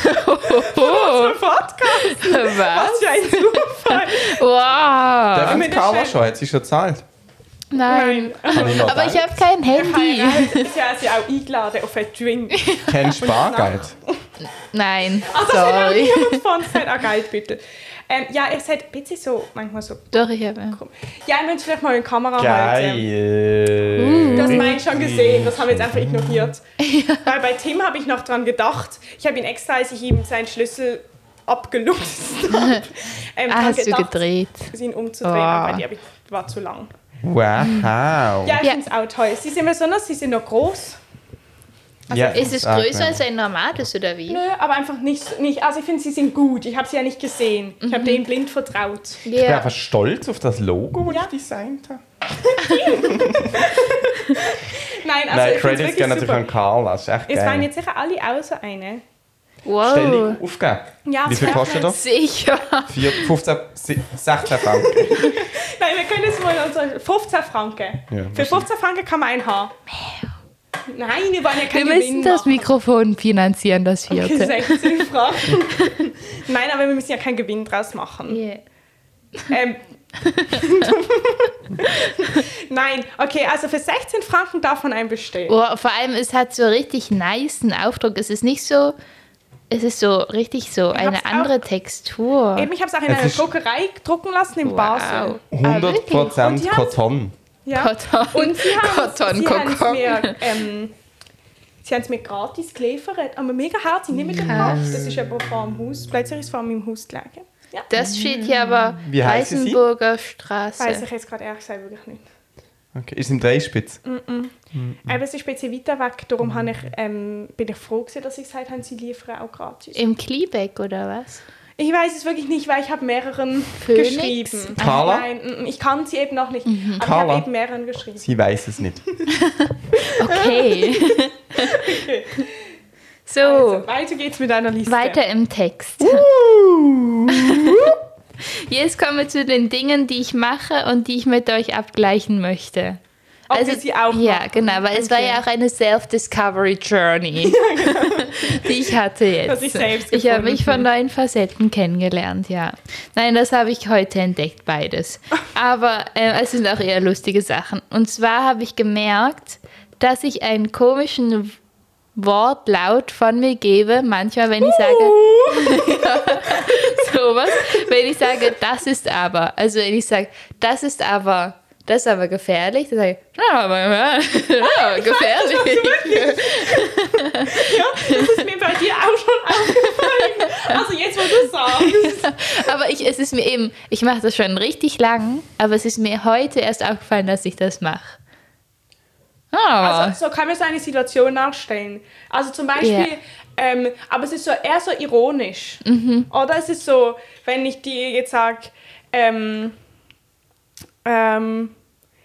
Speaker 3: Oh,
Speaker 1: Podcast? Was
Speaker 3: was?
Speaker 1: für ein Zufall!
Speaker 3: Wow.
Speaker 2: Darf ich
Speaker 1: Ah. Mit der
Speaker 2: Carla
Speaker 1: Schelle.
Speaker 2: schon? Hat sie schon
Speaker 1: *laughs*
Speaker 2: gezahlt?
Speaker 3: Nein.
Speaker 2: Kann ich noch
Speaker 3: Aber ich
Speaker 2: teilen?
Speaker 3: habe kein Ähm, Handy.
Speaker 1: Ich habe sie auch eingeladen auf einen Drink.
Speaker 2: Kein Spargeld.
Speaker 3: Nein,
Speaker 1: Also, das hat auch
Speaker 3: sorry.
Speaker 1: niemand von uns gesagt. Ah, geil, bitte. Ähm, ja, ihr seid ein bisschen so, manchmal so.
Speaker 3: Doch, ich habe. Ja.
Speaker 1: Komm. Ja, ihr müsst vielleicht mal in die Kamera halten.
Speaker 2: Geil.
Speaker 3: Hm.
Speaker 1: Das habe ich schon gesehen, das haben wir jetzt einfach
Speaker 2: Mhm.
Speaker 3: *laughs*
Speaker 1: ignoriert. Weil bei Tim habe ich noch dran gedacht. Ich habe ihn extra, als ich ihm seinen Schlüssel abgelupst *laughs* habe, ähm,
Speaker 3: *laughs* Ah,
Speaker 1: dran
Speaker 3: hast du
Speaker 1: gedacht, um
Speaker 3: gedreht.
Speaker 1: ihn umzudrehen.
Speaker 3: Oh.
Speaker 1: Aber die hab ich, war zu lang.
Speaker 2: Wow.
Speaker 1: Ja, ich
Speaker 3: Ja.
Speaker 1: finde es auch toll. Sie sind besonders, sie sind noch groß. also
Speaker 2: Ja,
Speaker 3: Ist es
Speaker 2: sag
Speaker 3: größer
Speaker 2: mir.
Speaker 3: als ein normales oder wie?
Speaker 1: Nö, aber einfach nicht, nicht also ich finde, sie sind gut. Ich habe sie ja nicht gesehen. Ich
Speaker 3: Mhm.
Speaker 1: habe denen blind vertraut.
Speaker 2: Ich bin
Speaker 3: Ja.
Speaker 2: einfach stolz auf das Logo, das
Speaker 1: Ja.
Speaker 2: ich designt habe.
Speaker 1: Nein, also ich
Speaker 2: Nein,
Speaker 1: finde
Speaker 2: Credits
Speaker 1: es
Speaker 2: gehen
Speaker 1: wirklich
Speaker 2: natürlich
Speaker 1: super.
Speaker 2: an Carla. Das ist echt
Speaker 1: Es waren
Speaker 2: geil.
Speaker 1: jetzt sicher alle außer eine.
Speaker 3: Wow.
Speaker 2: Stellung aufgeben.
Speaker 1: Ja,
Speaker 2: Wie viel
Speaker 1: das
Speaker 2: kostet das?
Speaker 3: Sicher.
Speaker 2: 4, 15, si- 16 Franken.
Speaker 1: Nein, wir können es mal unsere 15 Franken.
Speaker 2: Ja,
Speaker 1: Für
Speaker 2: wahrscheinlich.
Speaker 1: 15 Franken kann man ein Haar. Nein, wir wollen ja
Speaker 3: Wir
Speaker 1: keinen
Speaker 3: müssen
Speaker 1: Gewinn
Speaker 3: das
Speaker 1: machen.
Speaker 3: Mikrofon finanzieren, das
Speaker 1: Okay,
Speaker 3: vierte.
Speaker 1: 16 Franken. *laughs* Nein, aber wir müssen ja keinen Gewinn draus machen.
Speaker 3: Yeah.
Speaker 1: Ähm. *laughs* Nein, okay, also für 16 Franken darf man einen bestellen.
Speaker 3: Oh, vor allem, es hat so richtig niceen Aufdruck. Es ist nicht so, es ist so richtig so
Speaker 1: hab's
Speaker 3: eine
Speaker 1: auch-
Speaker 3: andere Textur.
Speaker 1: Eben, ich habe es auch in
Speaker 2: Es
Speaker 1: einer
Speaker 2: ist-
Speaker 1: Druckerei drucken lassen in Basel. Ah, Und
Speaker 2: 100%
Speaker 1: die haben's-
Speaker 2: Karton.
Speaker 1: Ja.
Speaker 3: Cotton.
Speaker 1: Und sie haben
Speaker 3: *laughs* Cotton
Speaker 1: es
Speaker 3: Kokon.
Speaker 1: mir, ähm, sie haben's mir gratis geliefert. Aber mega herzig, nicht mit dem Kopf. Das ist aber vor dem Haus. Plötzlich ist es vor meinem Haus gelegen. Ja.
Speaker 3: Das steht hier aber
Speaker 2: Wie heißt sie?
Speaker 3: Weißenburger
Speaker 1: Weiß
Speaker 3: Straße.
Speaker 1: ich jetzt gerade ehrlich gesagt wirklich nicht.
Speaker 2: Okay. Ist im Dreispitz.
Speaker 1: Mhm. Aber es ist ein bisschen weiter weg, darum habe ich, ähm, bin ich froh, gewesen, dass sie gesagt haben, sie liefern auch gratis.
Speaker 3: Im Kleebeck oder was?
Speaker 1: Ich weiß es wirklich nicht, weil ich habe mehreren
Speaker 3: Phoenix? Ah, Mhm.
Speaker 1: geschrieben.
Speaker 2: Carla?
Speaker 1: Nein, mm, mm, ich kann sie eben noch nicht. Aber ich
Speaker 2: Carla?
Speaker 1: habe eben mehreren geschrieben.
Speaker 2: Sie weiß es nicht.
Speaker 1: *laughs*
Speaker 3: Okay. *laughs* so,
Speaker 1: Also, weiter geht's mit einer Liste.
Speaker 3: Oh. weiter im Text.
Speaker 1: Uh.
Speaker 3: *laughs* Jetzt kommen wir zu den Dingen, die ich mache und die ich mit euch abgleichen möchte.
Speaker 1: Ob wir sie auch
Speaker 3: Also Ja, genau, weil es war ja auch eine Self-Discovery-Journey, die ich hatte jetzt.
Speaker 1: Dass ich selbst
Speaker 3: ich habe mich von
Speaker 1: gefunden
Speaker 3: neuen Facetten kennengelernt, ja. Nein, das habe ich heute entdeckt, beides. Aber äh, es sind auch eher lustige Sachen. Und zwar habe ich gemerkt, dass ich einen komischen Wortlaut von mir gebe, manchmal, wenn ich sage,
Speaker 1: Uh.
Speaker 3: *laughs* sowas, wenn ich sage, das ist aber. Also wenn ich sage, das ist aber, das ist aber gefährlich, dann sage ich, ja, *laughs* aber
Speaker 1: Ah,
Speaker 3: ja, ja, gefährlich.
Speaker 1: Ja, das ist mir bei dir auch schon aufgefallen. Also jetzt, wo du sagst.
Speaker 3: Aber ich, es ist mir eben, ich mache das schon richtig lang, aber es ist mir heute erst aufgefallen, dass ich das mache. Ah,
Speaker 1: Also, so kann man so eine Situation nachstellen. Also zum Beispiel,
Speaker 3: Ja.
Speaker 1: ähm, aber es ist so eher so ironisch. Oder es ist so, wenn ich dir jetzt sage, ähm, ähm,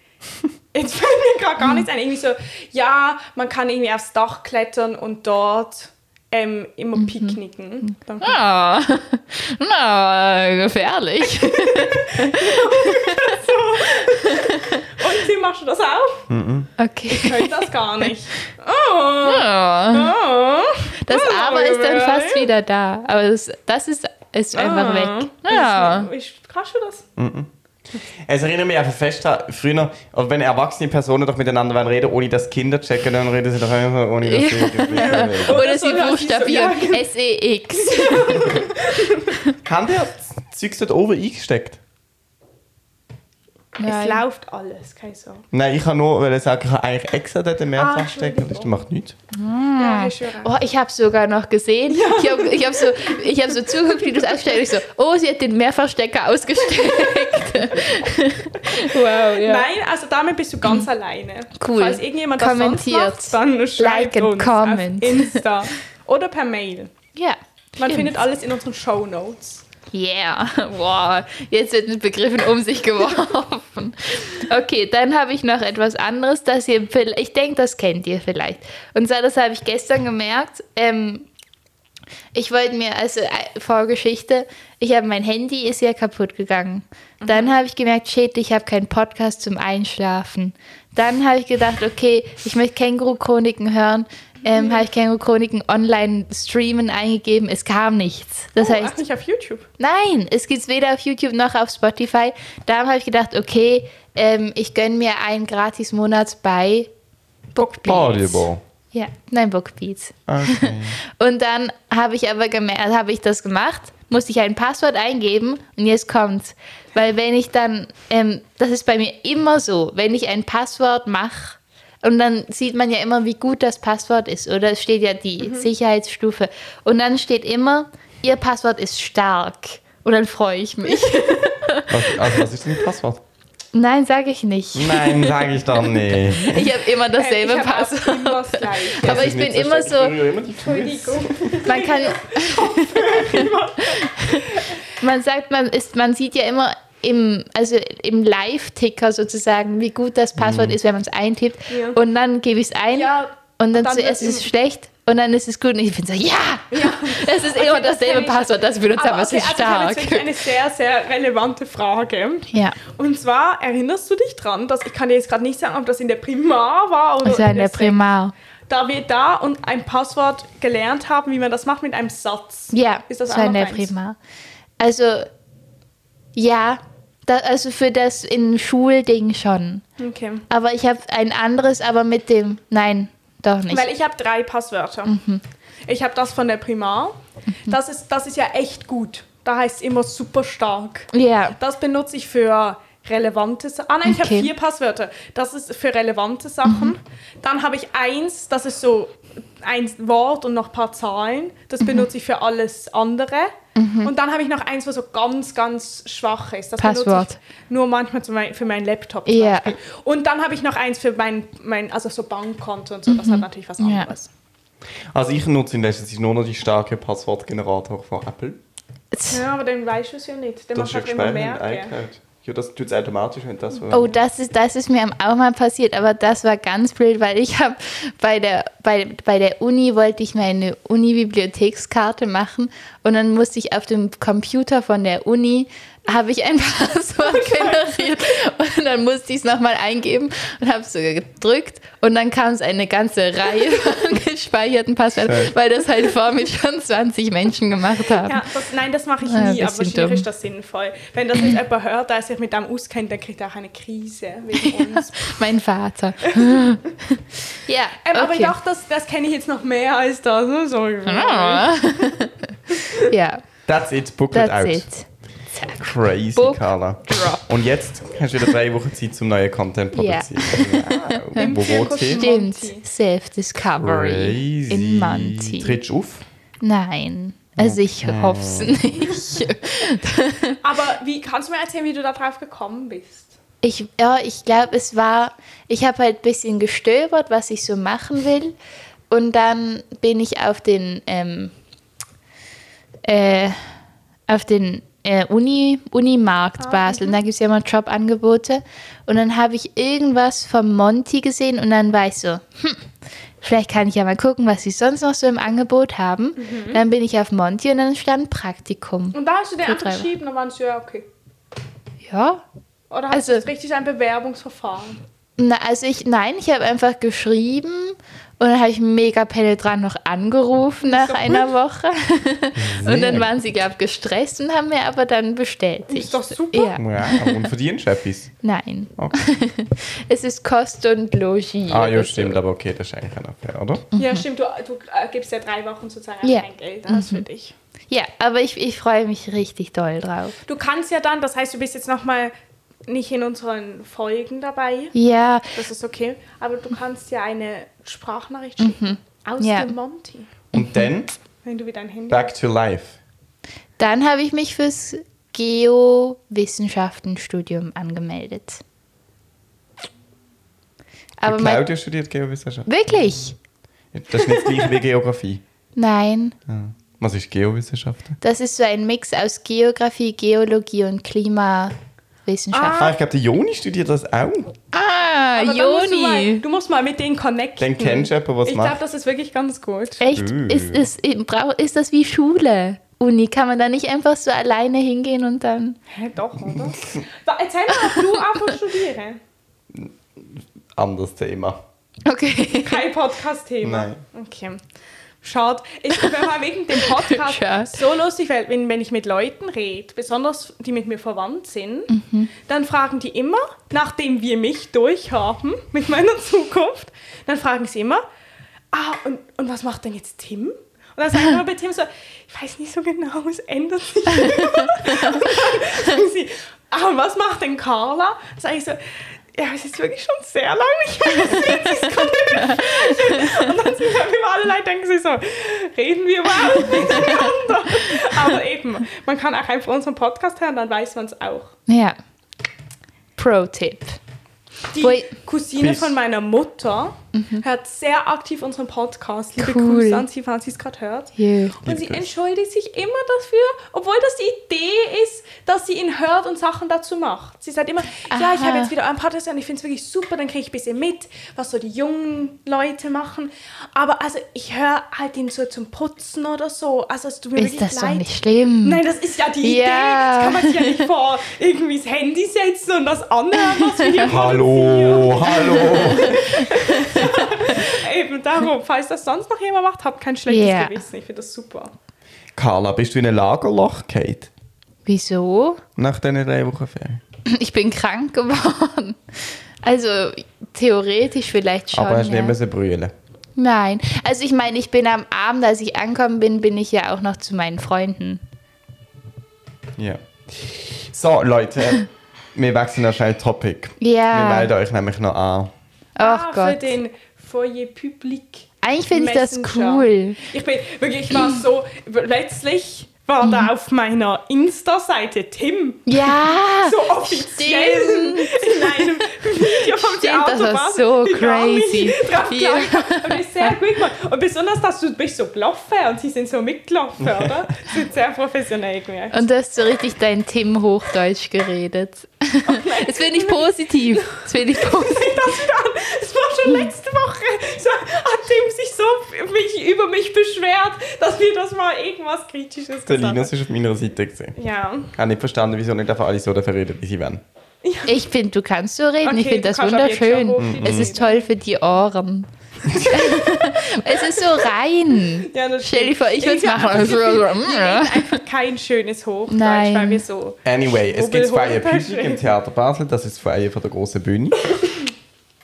Speaker 1: *laughs* jetzt fällt mir gerade gar nichts ein, irgendwie so, ja, man kann irgendwie aufs Dach klettern und dort ähm, immer picknicken. Dann
Speaker 3: ah, *laughs* na, gefährlich.
Speaker 1: *laughs* Und wie machst du das auch?
Speaker 3: Okay.
Speaker 1: Ich das gar nicht. Oh,
Speaker 3: Ah,
Speaker 1: oh.
Speaker 3: Das
Speaker 1: Ah,
Speaker 3: Aber ist dann fast
Speaker 1: gefährlich.
Speaker 3: wieder da. Aber das, das ist, ist einfach weg. Ah. Ja.
Speaker 1: Ich, kannst du das?
Speaker 2: Es erinnert mich einfach fest daran, früher, oder wenn erwachsene Personen doch miteinander wollen reden, ohne dass Kinder checken, dann reden sie doch einfach, ohne
Speaker 1: *laughs*
Speaker 2: dass sie irgendwie reden.
Speaker 3: Oder
Speaker 1: so,
Speaker 3: sie
Speaker 1: dass sie so- ja,
Speaker 3: buchstabieren E
Speaker 1: genau.
Speaker 3: S-E-X.
Speaker 2: Kann der das Zeug dort oben eingesteckt?
Speaker 1: Es
Speaker 3: Nein.
Speaker 1: läuft alles, keine Sorge.
Speaker 2: Nein, ich kann nur wollen sagen, ich habe eigentlich extra dort mehrfach
Speaker 1: Ah,
Speaker 2: stecken, aber das
Speaker 1: Entschuldigung.
Speaker 2: macht nichts.
Speaker 1: Ja, ich schwöre.
Speaker 3: Oh, ich habe sogar noch gesehen. Ich habe ich hab so, ich hab so zugeguckt, wie du es ausstellst. Ich so, oh, sie hat den Mehrfachstecker ausgesteckt. wow, ja. Hm.
Speaker 1: Nein, also damit bist du ganz alleine.
Speaker 3: Cool.
Speaker 1: Falls irgendjemand das
Speaker 3: Kommentiert.
Speaker 1: sonst macht, dann schreibt
Speaker 3: Like and
Speaker 1: uns
Speaker 3: comment.
Speaker 1: auf
Speaker 3: *laughs*
Speaker 1: Insta oder per Mail.
Speaker 3: Ja.
Speaker 1: Man
Speaker 3: stimmt.
Speaker 1: findet alles in unseren Show Notes.
Speaker 3: Yeah, *laughs* wow. Jetzt wird mit Begriffen um sich geworfen. Okay, dann habe ich noch etwas anderes, das ihr, vill- ich denke, das kennt ihr vielleicht. Und zwar, das habe ich gestern gemerkt. Ähm, ich wollte mir, also äh, Vorgeschichte, ich habe mein Handy, ist ja kaputt gegangen. Dann habe ich gemerkt, shit, ich habe keinen Podcast zum Einschlafen. Dann habe ich gedacht, okay, ich möchte Känguru-Chroniken hören. Ähm, habe ich Känguru-Chroniken online streamen eingegeben. Es kam nichts. Das
Speaker 1: Oh,
Speaker 3: heißt,
Speaker 1: ach, nicht auf YouTube.
Speaker 3: Nein, es gibt es weder auf YouTube noch auf Spotify. Darum habe ich gedacht, okay, ähm, ich gönne mir einen gratis Monat bei Bookbeats.
Speaker 2: Audible.
Speaker 3: Ja, nein, Bookbeats.
Speaker 2: Okay.
Speaker 3: *laughs* Und dann habe also ich aber gemerkt, habe ich das gemacht. musste ich ein Passwort eingeben und jetzt kommt's. Weil wenn ich dann, ähm, das ist bei mir immer so, wenn ich ein Passwort mache, und dann sieht man ja immer, wie gut das Passwort ist, oder? Es steht ja die Sicherheitsstufe. Und dann steht immer, ihr Passwort ist stark. Und dann freue ich mich.
Speaker 2: Was, also, was ist denn das Passwort?
Speaker 3: Nein, sage ich nicht.
Speaker 2: Nein, sage ich doch nicht.
Speaker 3: Ich habe immer dasselbe Passwort.
Speaker 1: Immer das Gleiche.
Speaker 3: *laughs* Aber ich bin immer so,
Speaker 1: Entschuldigung.
Speaker 3: man kann. *laughs* man sagt, man ist, man sieht ja immer im, also im Live-Ticker sozusagen, wie gut das Passwort ist, wenn man es eintippt.
Speaker 1: Mhm. Ja.
Speaker 3: Und dann gebe ich es ein
Speaker 1: Ja,
Speaker 3: und dann,
Speaker 1: dann
Speaker 3: zuerst
Speaker 1: wird's
Speaker 3: ist es schlecht und dann ist es gut. Und ich bin so, ja! Es ist immer
Speaker 1: das
Speaker 3: dasselbe
Speaker 1: kenn ich.
Speaker 3: Passwort, das wir benutzt haben,
Speaker 1: Aber
Speaker 3: aber es
Speaker 1: okay,
Speaker 3: ist
Speaker 1: also ich habe
Speaker 3: stark.
Speaker 1: jetzt wirklich eine sehr, sehr relevante Frage.
Speaker 3: Ja.
Speaker 1: Und zwar erinnerst du dich dran, dass ich kann dir jetzt gerade nicht sagen, ob das in der Primar war oder
Speaker 3: Also in der
Speaker 1: Sek-
Speaker 3: Primar.
Speaker 1: Da wir da und ein Passwort gelernt haben, wie man das macht mit einem Satz.
Speaker 3: Ja,
Speaker 1: Ist das
Speaker 3: das war
Speaker 1: auch
Speaker 3: in
Speaker 1: noch
Speaker 3: der
Speaker 1: eins?
Speaker 3: Primar. Also, ja, da, also für das in Schulding schon.
Speaker 1: Okay.
Speaker 3: Aber ich habe ein anderes, aber mit dem, nein, doch nicht.
Speaker 1: Weil ich habe drei Passwörter.
Speaker 3: Mhm.
Speaker 1: Ich habe das von der Primar. Das ist, das ist ja echt gut. Da heißt es immer super stark.
Speaker 3: ja,
Speaker 1: Das benutze ich für relevante Sachen. Ah nein, ich
Speaker 3: Okay. Mhm.
Speaker 1: habe vier Passwörter. Das ist für relevante Sachen. Dann habe ich eins, das ist so ein Wort und noch ein paar Zahlen. Das
Speaker 3: Mhm.
Speaker 1: benutze ich für alles andere. Und dann habe ich noch eins, was so ganz, ganz schwach ist. Das
Speaker 3: Passwort.
Speaker 1: benutze ich nur manchmal zum Beispiel für meinen Laptop. Zum
Speaker 3: Ja.
Speaker 1: Beispiel. Und dann habe ich noch eins für mein, mein also so Bankkonto und so. Das hat natürlich was
Speaker 3: Mhm. Ja.
Speaker 1: anderes.
Speaker 2: Also ich nutze in letzter Zeit nur noch die starke Passwortgenerator von Apple.
Speaker 1: Ja, aber den weißt du es ja nicht. Den
Speaker 2: Das
Speaker 1: machst
Speaker 2: ist
Speaker 1: du
Speaker 2: ja
Speaker 1: auch immer
Speaker 2: gespeichert in
Speaker 1: merken.
Speaker 2: iCloud. Ja, das tut es automatisch, wenn das...
Speaker 3: Oh, das ist, das ist mir auch mal passiert, aber das war ganz blöd, weil ich habe bei der, bei, bei der Uni wollte ich meine Uni-Bibliothekskarte machen und dann musste ich auf dem Computer von der Uni habe ich ein *laughs* Passwort
Speaker 1: Oh
Speaker 3: generiert und dann musste ich es nochmal eingeben und habe es so gedrückt und dann kam es eine ganze
Speaker 1: *laughs*
Speaker 3: Reihe von gespeicherten Passwörtern,
Speaker 2: Schön.
Speaker 3: weil das halt vor mir schon 20 Menschen gemacht haben.
Speaker 1: Ja, das, nein, das mache ich
Speaker 3: Ja,
Speaker 1: nie, aber
Speaker 3: bisschen
Speaker 1: wahrscheinlich
Speaker 3: dumm.
Speaker 1: ist das sinnvoll. Wenn das
Speaker 3: *laughs*
Speaker 1: jetzt jemand hört, der sich mit dem auskennt, dann kriegt er auch eine Krise wegen
Speaker 3: *laughs*
Speaker 1: uns.
Speaker 3: Mein Vater. *laughs* ja,
Speaker 1: Ähm, Aber ich
Speaker 3: okay.
Speaker 1: dachte, das, das kenne ich jetzt noch mehr als das. Ne? So,
Speaker 3: Ah. *laughs* ja,
Speaker 2: That's it, book it
Speaker 3: that's
Speaker 2: out.
Speaker 3: it.
Speaker 2: Crazy,
Speaker 3: Book
Speaker 2: Carla. Und jetzt hast du wieder drei Wochen Zeit, zum neuen Content
Speaker 3: Ja.
Speaker 2: produzieren.
Speaker 3: *laughs*
Speaker 2: Ja. Wo wohnst du? hin?
Speaker 3: Stimmt.
Speaker 1: Monty.
Speaker 3: Self-Discovery in Monty.
Speaker 2: Trittst du auf?
Speaker 3: Nein. Also ich hoffe es nicht.
Speaker 1: Aber wie kannst du mir erzählen, wie du da drauf gekommen bist?
Speaker 3: Ich, ja, ich glaube, es war, ich habe halt ein bisschen gestöbert, was ich so machen will. Und dann bin ich auf den, ähm, äh, auf den äh, Uni, Unimarkt Basel. Und da gibt es ja immer Jobangebote. Und dann habe ich irgendwas vom Monty gesehen und dann war ich so, hm, vielleicht kann ich ja mal gucken, was sie sonst noch so im Angebot haben. Dann bin ich auf Monty und dann stand Praktikum.
Speaker 1: Und da hast du den
Speaker 3: Für
Speaker 1: einfach
Speaker 3: drei Wochen.
Speaker 1: geschrieben, dann waren sie ja okay.
Speaker 3: Ja,
Speaker 1: Oder hast
Speaker 3: Also-
Speaker 1: du jetzt richtig ein Bewerbungsverfahren?
Speaker 3: Na, also ich, nein, ich habe einfach geschrieben und dann habe ich mega penetrant noch angerufen nach einer
Speaker 1: *laughs*
Speaker 3: Woche. und dann waren sie, glaube ich, gestresst und haben mir aber dann bestätigt.
Speaker 1: Ist doch super.
Speaker 3: Ja,
Speaker 2: Ja, und verdienst du etwas?
Speaker 3: nein.
Speaker 2: Okay.
Speaker 3: *laughs* Es ist Kost und Logis.
Speaker 2: Ah, ja,
Speaker 3: oder
Speaker 2: stimmt,
Speaker 3: So.
Speaker 2: aber okay, das ist eigentlich ein Affair, oder?
Speaker 1: Ja, stimmt, du, du äh, gibst ja drei Wochen sozusagen
Speaker 3: Mhm. Ja. Mhm.
Speaker 1: kein Geld aus für dich.
Speaker 3: Ja, aber ich, ich freue mich richtig doll drauf.
Speaker 1: Du kannst ja dann, das heißt, du bist jetzt nochmal nicht in unseren Folgen dabei.
Speaker 3: Ja,
Speaker 1: Das ist okay. Aber du kannst ja eine Sprachnachricht schicken. Aus
Speaker 3: Ja.
Speaker 1: dem Monty.
Speaker 2: Und dann,
Speaker 1: Wenn du wieder ein Handy
Speaker 2: back to life.
Speaker 3: dann habe ich mich fürs Geowissenschaftenstudium angemeldet. Aber
Speaker 2: Die
Speaker 3: mein,
Speaker 2: Claudia studiert Geowissenschaften.
Speaker 3: wirklich?
Speaker 2: Das ist nicht gleich wie Geografie.
Speaker 3: Nein.
Speaker 2: Ja. Was ist Geowissenschaften?
Speaker 3: Das ist so ein Mix aus Geografie, Geologie und Klimawissenschaft.
Speaker 2: Ah, ich glaube, der Joni studiert das auch.
Speaker 3: Ah,
Speaker 1: Aber dann Musst du, mal, du musst mal mit denen connecten.
Speaker 2: Dann kennst du jemanden, was
Speaker 1: ich glaube,
Speaker 2: macht.
Speaker 1: das ist wirklich ganz gut.
Speaker 3: Echt?
Speaker 2: Äh.
Speaker 3: Ist, ist, brau- ist das wie Schule? Uni, kann man da nicht einfach so alleine hingehen und dann.
Speaker 1: Hä, doch, oder? Wa- Erzähl mal, ob du einfach studiere.
Speaker 2: Anderes Thema.
Speaker 3: Okay.
Speaker 1: Kein Podcast-Thema.
Speaker 2: Nein.
Speaker 1: Okay. Schaut, ich bin mal wegen dem Podcast
Speaker 3: Schade.
Speaker 1: so lustig, weil wenn, wenn ich mit Leuten rede, besonders die mit mir verwandt sind, dann fragen die immer, nachdem wir mich durchhaben *laughs* mit meiner Zukunft, dann fragen sie immer, ah, und, und was macht denn jetzt Tim? Und dann sagt man bei Tim so, ich weiß nicht so genau, es ändert sich. *laughs* und dann sagen sie, ah, und was macht denn Carla? Dann sage ich so, ja, es ist wirklich schon sehr lange nicht mehr passiert. Sie ist komplett verschwunden. *laughs* Und dann sind wir alle Leute denken sich so, reden wir mal miteinander. Aber eben, man kann auch einfach unseren Podcast hören, dann weiß man es auch.
Speaker 3: *laughs* Ja. Pro-Tipp.
Speaker 1: Die
Speaker 3: Woi.
Speaker 1: Cousine
Speaker 2: Peace.
Speaker 1: von meiner Mutter hört sehr aktiv unseren Podcast. Liebe
Speaker 3: Mhm. Cool.
Speaker 1: Grüße an sie, falls sie es gerade hört.
Speaker 3: Yeah.
Speaker 1: Und sie
Speaker 2: Grüße.
Speaker 1: entschuldigt sich immer dafür, obwohl das die Idee ist, dass sie ihn hört und Sachen dazu macht. Sie sagt immer, ja, ich
Speaker 3: Aha.
Speaker 1: habe jetzt wieder einen Podcast und ich finde es wirklich super, dann kriege ich ein bisschen mit, was so die jungen Leute machen. Aber also ich höre halt ihn so zum Putzen oder so. Also es tut mir
Speaker 3: Ist
Speaker 1: wirklich
Speaker 3: das doch
Speaker 1: leid.
Speaker 3: nicht schlimm?
Speaker 1: Nein, das ist ja die Idee.
Speaker 3: Ja.
Speaker 1: Das kann man sich ja nicht vor irgendwie das Handy setzen und das anhören, was wir hier
Speaker 2: Hallo, hallo.
Speaker 1: Eben darum, falls das sonst noch jemand macht, habt kein schlechtes
Speaker 3: Ja.
Speaker 1: Gewissen. Ich finde das super.
Speaker 2: Carla, bist du in ein Lagerloch gefallen?
Speaker 3: Wieso?
Speaker 2: Nach diesen drei Wochen Ferien?
Speaker 3: *laughs* Ich bin krank geworden. Also theoretisch vielleicht schon.
Speaker 2: Aber hast
Speaker 3: ja.
Speaker 2: nicht müssen brüllen.
Speaker 3: Nein. Also ich meine, ich bin am Abend, als ich angekommen bin, bin ich ja auch noch zu meinen Freunden.
Speaker 2: Ja. So, Leute, wir wechseln noch schnell Topic.
Speaker 3: Ja.
Speaker 2: Wir melden euch nämlich noch an.
Speaker 3: Ach
Speaker 1: Ah, Für
Speaker 3: Gott.
Speaker 1: den Foyer Public.
Speaker 3: Eigentlich finde ich das
Speaker 1: Messenger.
Speaker 3: cool.
Speaker 1: Ich bin wirklich, ich war so, letztlich war
Speaker 3: Mhm.
Speaker 1: da auf meiner Insta-Seite Tim
Speaker 3: Ja.
Speaker 1: *laughs* so offiziell in einem Video vom
Speaker 3: Stimmt, das
Speaker 1: Theater
Speaker 3: war so
Speaker 1: die gar nicht
Speaker 3: crazy.
Speaker 1: drauf
Speaker 3: Ja.
Speaker 1: klar gekommen. Und das ist sehr gut gemacht. Und besonders, dass du bist so gelaufen und sie sind so
Speaker 3: *laughs*
Speaker 1: mitgelaufen, oder? Das wird sehr professionell gemerkt. *laughs*
Speaker 3: Und du hast so richtig dein Tim Hochdeutsch geredet.
Speaker 1: Oh
Speaker 3: das finde ich positiv. Das finde ich positiv.
Speaker 1: das wieder an. Es war schon letzte Woche. So, hat Tim sich so f- mich, über mich beschwert, dass wir das mal irgendwas Kritisches
Speaker 2: Der
Speaker 1: gesagt haben.
Speaker 2: Linus war auf meiner Seite. gewesen.
Speaker 1: Ja.
Speaker 2: Ich habe nicht verstanden, wieso nicht einfach alle so dafür reden, wie sie wollen.
Speaker 3: Ich finde, du kannst so reden. ich
Speaker 1: Okay,
Speaker 3: finde
Speaker 1: du
Speaker 3: das
Speaker 1: kannst ab jetzt schon
Speaker 3: wunderschön.
Speaker 1: hoch die
Speaker 3: Es ist toll für die
Speaker 1: *laughs*
Speaker 3: Ohren. es ist so rein.
Speaker 1: Ja, das
Speaker 3: Stell dir vor, ich würde es
Speaker 1: stimmt.
Speaker 3: machen. Also, also, mm, ja.
Speaker 1: Einfach kein schönes Hochdeutsch,
Speaker 3: Nein.
Speaker 1: weil wir so.
Speaker 2: Anyway, es
Speaker 1: Schwubbel,
Speaker 2: gibt zwei
Speaker 1: Hubbel,
Speaker 2: Public im
Speaker 1: Schwubbel.
Speaker 2: Theater Basel. Das ist das Freie von der großen Bühne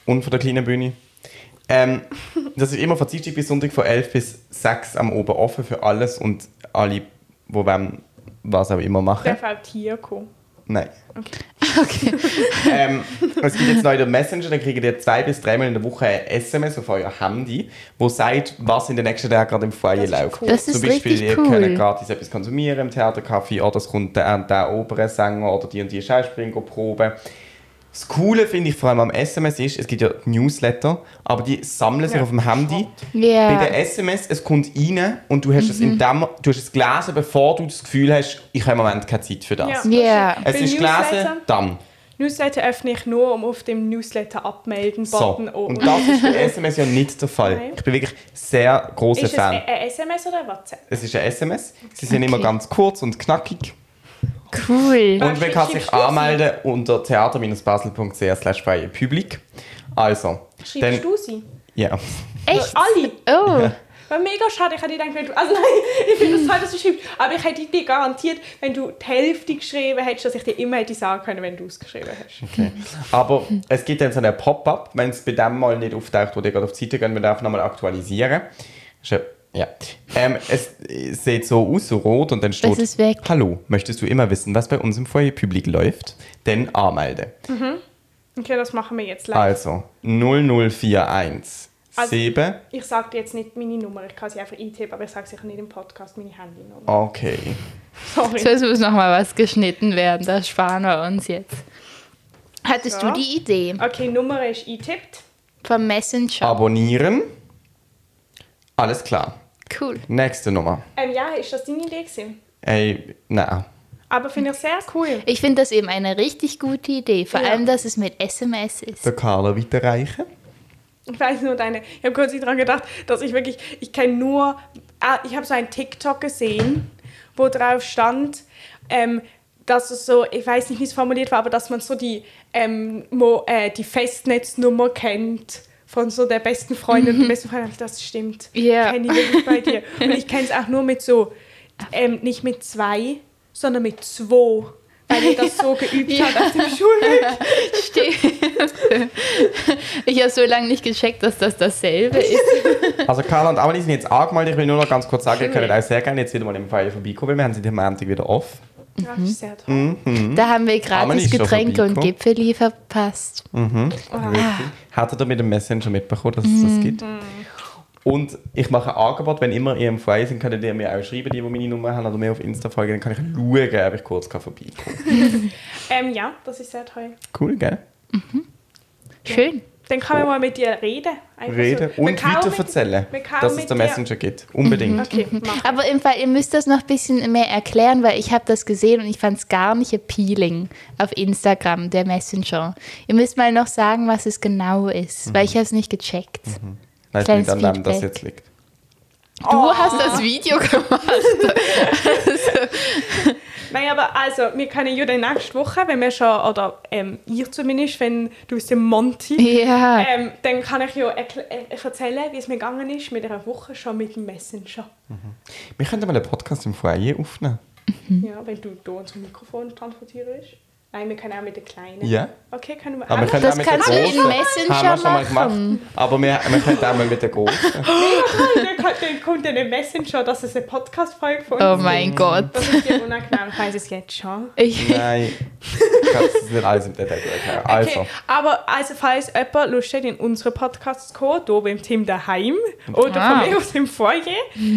Speaker 2: und von der kleinen Bühne. Ähm, das ist immer von Dienstag bis Sonntag von 11 bis 6 am Oben offen für alles und alle, wo wem was auch immer machen.
Speaker 1: Der Fall Tierko.
Speaker 2: Nein.
Speaker 3: Okay.
Speaker 2: *laughs* Ähm, es gibt jetzt neu den Messenger, dann kriegt ihr zwei bis dreimal in der Woche ein SMS auf euer Handy, wo sagt, was in den nächsten Tagen gerade im Foyer
Speaker 1: Das ist
Speaker 2: läuft.
Speaker 1: cool.
Speaker 3: Das ist
Speaker 2: Zum Beispiel,
Speaker 3: richtig
Speaker 2: ihr
Speaker 3: cool.
Speaker 2: könnt gratis etwas konsumieren im Theatercafé oder es kommt der und der Opernsänger oder die und die Schauspielerprobe. Das Coole finde ich vor allem am SMS ist, es gibt ja die Newsletter, aber die sammeln sich
Speaker 1: Ja,
Speaker 2: auf dem Handy.
Speaker 3: Ja. Mhm.
Speaker 2: Bei der SMS, es kommt rein und du hast, es in dem, du hast es gelesen, bevor du das Gefühl hast, ich habe im Moment keine Zeit für das.
Speaker 3: Ja.
Speaker 1: Bei
Speaker 2: Es ist
Speaker 1: Newsletter-
Speaker 2: gelesen, dann.
Speaker 1: Newsletter öffne ich nur, um auf dem Newsletter
Speaker 2: So.
Speaker 1: abmelden-Button oben.
Speaker 2: Und das ist bei
Speaker 1: *laughs*
Speaker 2: SMS ja nicht der Fall.
Speaker 1: Nein.
Speaker 2: Ich bin wirklich sehr großer
Speaker 1: ist es e-
Speaker 2: Fan.
Speaker 1: ein ein SMS oder ein WhatsApp?
Speaker 2: Es ist ein SMS. Sie sind immer
Speaker 3: Okay.
Speaker 2: ganz kurz und knackig.
Speaker 3: Cool.
Speaker 1: Ja,
Speaker 2: Und man kann
Speaker 1: Ah, schick, schick,
Speaker 2: sich
Speaker 1: schick.
Speaker 2: anmelden unter theater-basel.ch freie Publik. Also,
Speaker 1: Schreibst du sie?
Speaker 2: ja.
Speaker 3: Echt?
Speaker 1: Alle?
Speaker 3: Oh.
Speaker 1: War mega schade, ich hätte gedacht, wenn du. Also nein, *laughs* ich finde es toll, dass du schreibst. Aber ich hätte dir garantiert, wenn du die Hälfte geschrieben hättest, dass ich dir immer hätte sagen können, wenn du es geschrieben hast.
Speaker 2: Okay. Aber es gibt dann so einen Pop-up, wenn es bei dem mal nicht auftaucht, wo ihr gerade auf die Seite gehen, wir dürfen nochmal aktualisieren. Ist ja- Ja. Ähm, es äh, sieht so aus, so rot und dann steht.
Speaker 3: Es ist weg.
Speaker 2: Hallo, möchtest du immer wissen, was bei uns im Foyer Publik läuft? Dann anmelde.
Speaker 1: Okay, das machen wir jetzt live.
Speaker 2: Also 0041
Speaker 1: Also-
Speaker 2: 7.
Speaker 1: Ich sage dir jetzt nicht meine Nummer, ich kann sie einfach eintippen, aber ich sage sicher nicht im Podcast meine Handynummer.
Speaker 2: Okay.
Speaker 1: Sorry.
Speaker 3: So, es muss nochmal was geschnitten werden. Das sparen wir uns jetzt. Hattest
Speaker 1: Ja.
Speaker 3: du die Idee
Speaker 1: Okay, Nummer ist eingetippt.
Speaker 3: vom Messenger?
Speaker 2: Abonnieren. Alles klar.
Speaker 3: Cool.
Speaker 2: Nächste Nummer.
Speaker 1: Ähm, ja, ist das deine Idee gewesen?
Speaker 2: Ey, na.
Speaker 1: Aber finde ich sehr cool.
Speaker 3: Ich finde das eben eine richtig gute Idee. Vor
Speaker 1: Ja.
Speaker 3: allem, dass es mit SMS ist.
Speaker 2: Der Carla weiterreichen.
Speaker 1: Ich weiß nur deine. Ich habe kurz daran gedacht, dass ich wirklich, ich kenne nur, ah, ich habe so einen TikTok gesehen, wo drauf stand, ähm, dass es so, ich weiß nicht, wie es formuliert war, aber dass man so die, ähm, Mo, äh, die Festnetznummer kennt von so der besten Freundin und der besten Freundin. Das stimmt.
Speaker 3: Ja.
Speaker 1: Kenne ich wirklich bei dir. Und ich kenne es auch nur mit so, ähm, nicht mit zwei, sondern mit zwei. weil ich das so geübt habe auf dem Schulweg.
Speaker 3: Stimmt. Ich habe so lange nicht gecheckt, dass das dasselbe ist.
Speaker 2: Also Carla und Amelie sind jetzt angemeldet. Ich will nur noch ganz kurz sagen, ihr
Speaker 3: Cool.
Speaker 2: könnt auch sehr gerne jetzt wieder mal im Feier vorbeikommen. Wir haben sie den Montag wieder off.
Speaker 1: Ja, das ist sehr toll.
Speaker 3: Da haben wir
Speaker 2: Amen
Speaker 3: gratis
Speaker 2: ist schon
Speaker 3: Getränke und
Speaker 2: vorbeigekommen.
Speaker 3: Gipfeli verpasst.
Speaker 2: Hattet ihr mit dem Messenger mitbekommen, dass es das gibt? Und ich mache ein Angebot, wenn immer ihr im Feier sind, könnt ihr mir auch schreiben, die, die meine Nummer haben oder mir auf Insta folgen, dann kann ich schauen, ob ich kurz kann vorbeikomme.
Speaker 1: Ähm, ja, das ist sehr toll.
Speaker 2: Cool, gell?
Speaker 3: Schön.
Speaker 1: Dann kann man mal mit dir reden. Einfach
Speaker 2: Oh. Reden
Speaker 1: so. Man
Speaker 2: und
Speaker 1: kann auch mit-
Speaker 2: weiterverzählen,
Speaker 1: man kann
Speaker 2: dass
Speaker 1: auch
Speaker 2: es
Speaker 1: mit
Speaker 2: den
Speaker 1: dir- Mhm.
Speaker 2: Messenger gibt. Unbedingt.
Speaker 3: *laughs*
Speaker 1: Okay, mach.
Speaker 3: Aber im Fall, ihr müsst das noch ein bisschen mehr erklären, weil ich habe das gesehen und ich fand es gar nicht appealing auf Instagram, der Messenger. Ihr müsst mal noch sagen, was es genau ist, weil ich habe es nicht gecheckt.
Speaker 2: Nein, ich weiß
Speaker 3: Kleines
Speaker 2: nicht, an wem das
Speaker 3: Feedback.
Speaker 2: jetzt liegt.
Speaker 3: Du hast das Video gemacht.
Speaker 1: Nein, aber also, wir können ja dann nächste Woche, wenn wir schon, oder ähm, ich zumindest, wenn du bist der Monty,
Speaker 3: *laughs* Ja.
Speaker 1: ähm, dann kann ich ja erkl- äh, erzählen, wie es mir gegangen ist mit einer Woche schon mit dem Messenger.
Speaker 2: Wir könnten mal einen Podcast im Foyer aufnehmen.
Speaker 3: Mhm.
Speaker 1: Ja, wenn du da unser Mikrofon transportierst. Nein, wir können auch mit der Kleinen.
Speaker 2: Ja.
Speaker 1: Okay, können wir Ah,
Speaker 2: Aber wir
Speaker 1: auch.
Speaker 2: können
Speaker 3: das
Speaker 2: auch mit der
Speaker 3: kannst du im
Speaker 2: Großen-
Speaker 3: Messenger
Speaker 2: haben wir schon mal
Speaker 3: machen.
Speaker 2: gemacht. Aber wir, wir können auch mal mit der Großen.
Speaker 1: *laughs* Dann kommt- dann kommt dann ein Messenger, dass es eine Podcast-Folge von
Speaker 3: Oh
Speaker 1: uns
Speaker 3: mein Gott.
Speaker 1: Das ist dir unangenehm, ich weiß es jetzt schon. *laughs*
Speaker 3: Ich,
Speaker 2: Nein. Ich kann das nicht alles im Detail erklären. Also,
Speaker 1: Okay, aber also falls jemand Lust hat, in unseren Podcast zu kommen, hier beim Team daheim oder
Speaker 3: Ah.
Speaker 1: von mir aus im Foyer,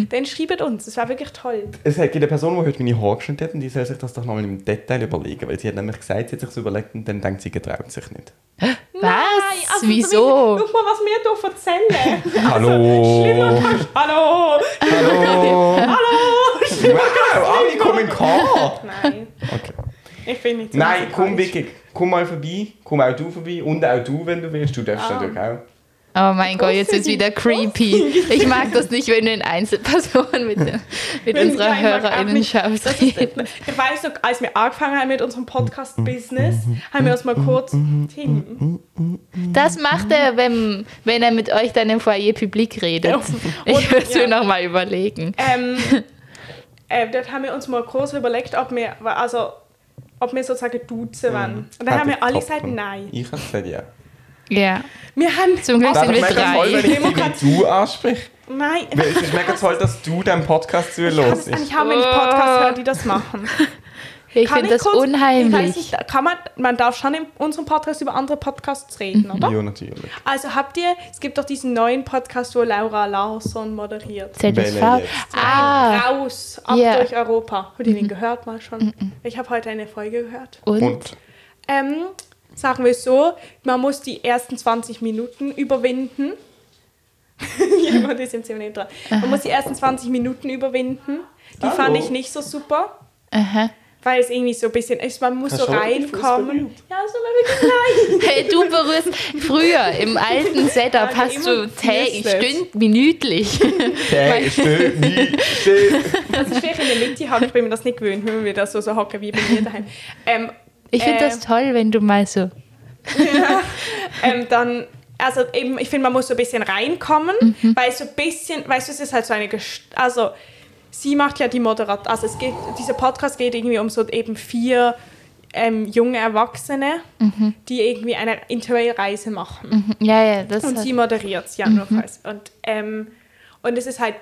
Speaker 1: dann schreibt uns. Das wäre wirklich toll.
Speaker 2: es gibt eine Person, die heute meine Haare geschnitten hat und die soll sich das doch nochmal im Detail überlegen, weil sie hat nämlich gesagt, sie hat sich das überlegt und dann denkt sie, getraut sich nicht.
Speaker 1: Nein,
Speaker 3: was?
Speaker 1: also
Speaker 3: Wieso?
Speaker 1: Schau mal, was wir hier erzählen.
Speaker 2: *laughs*
Speaker 1: Also,
Speaker 2: Hallo!
Speaker 1: Hallo!
Speaker 2: Hallo! Wow, alle
Speaker 1: *laughs*
Speaker 2: kommen kommen!
Speaker 1: Nein,
Speaker 2: Okay.
Speaker 1: ich bin nicht so
Speaker 2: Nein, komm
Speaker 1: musikalisch.
Speaker 2: wirklich. Komm mal vorbei, komm auch du vorbei und auch du, wenn du willst. Du darfst
Speaker 1: Ah.
Speaker 2: natürlich auch.
Speaker 3: oh mein Gott, jetzt ist wieder creepy. Ich mag das nicht, wenn du in Einzelpersonen mit, den- mit
Speaker 1: Wenn-
Speaker 3: unserer
Speaker 1: nein, ich mag auch nicht.
Speaker 3: Hörerinnenschaft
Speaker 1: Das ist-
Speaker 3: redest.
Speaker 1: Ich weiß noch, als wir angefangen haben mit unserem Podcast-Business, haben wir uns mal kurz.
Speaker 2: Mhm,
Speaker 1: Tim.
Speaker 3: Das macht er, wenn, wenn er mit euch dann im Foyer publik redet.
Speaker 1: Ja.
Speaker 3: Ich würde es
Speaker 1: Ja.
Speaker 3: mir nochmal überlegen.
Speaker 1: Ähm, äh, dort haben wir uns mal kurz überlegt, ob wir, also, ob wir sozusagen duzen wollen. Und dann haben wir alle gesagt, nein.
Speaker 2: Ich habe gesagt ja.
Speaker 3: Ja.
Speaker 1: Wir haben.
Speaker 3: Zum Glück
Speaker 2: Das
Speaker 3: sind
Speaker 2: ist
Speaker 3: wir
Speaker 2: mega toll, wenn
Speaker 3: drei.
Speaker 2: ich dich mit du anspreche.
Speaker 1: Nein.
Speaker 2: Weil Es ist mega toll, dass du deinen Podcast zuhörst.
Speaker 1: Ich habe nämlich Podcasts gehört, die das machen.
Speaker 3: Ich finde das
Speaker 1: kurz- Ich weiß
Speaker 3: unheimlich.
Speaker 1: nicht, kann man, man darf schon in unserem Podcast über andere Podcasts
Speaker 3: Mhm.
Speaker 1: reden, oder?
Speaker 2: Ja, natürlich.
Speaker 1: Also habt ihr, es gibt doch diesen neuen Podcast, wo Laura Larsson moderiert.
Speaker 3: ZSV.
Speaker 2: Wenn er jetzt-
Speaker 3: Ah,
Speaker 1: Raus, ab
Speaker 3: Ja. Mhm.
Speaker 1: durch Europa. Habt ihr den gehört mal schon? Ich habe heute eine Folge gehört.
Speaker 3: und?
Speaker 2: Und
Speaker 1: Ähm, sagen wir es so, man muss die ersten 20 Minuten überwinden. *laughs* Jemand ist im Zimmer dran. Man muss die ersten 20 Minuten überwinden. Die
Speaker 2: Hallo.
Speaker 1: fand ich nicht so super. Weil es irgendwie so ein bisschen ist, man muss
Speaker 2: Hast
Speaker 1: so
Speaker 2: schon wirklich Fuß
Speaker 1: reinkommen. Ja, so war wirklich
Speaker 3: Hey, du berührst früher
Speaker 1: *laughs*
Speaker 3: im alten Setup
Speaker 1: Also
Speaker 3: hast
Speaker 1: immer
Speaker 3: du Tee,
Speaker 1: flüstert. *laughs*
Speaker 3: Stünd, minütlich.
Speaker 2: der still, nie still.
Speaker 1: nein. Das ist schwierig in der Mitte, haben. ich bin mir das nicht gewöhnt, wenn wir da so, so hocken wie bei mir daheim. Ähm,
Speaker 3: Ich finde
Speaker 1: äh,
Speaker 3: das toll, wenn du mal so.
Speaker 1: *laughs* ähm, dann, also eben, ich finde, man muss so ein bisschen reinkommen, weil so ein bisschen, weißt du, es ist halt so eine, Gest also sie macht ja die Moderation, also es geht, dieser Podcast geht irgendwie um so eben vier ähm, junge Erwachsene, die irgendwie eine Interrail-Reise machen.
Speaker 3: Ja, ja, das
Speaker 1: Und
Speaker 3: hat- Mhm.
Speaker 1: sie moderiert es, ja, nur falls. Und, ähm, und es ist halt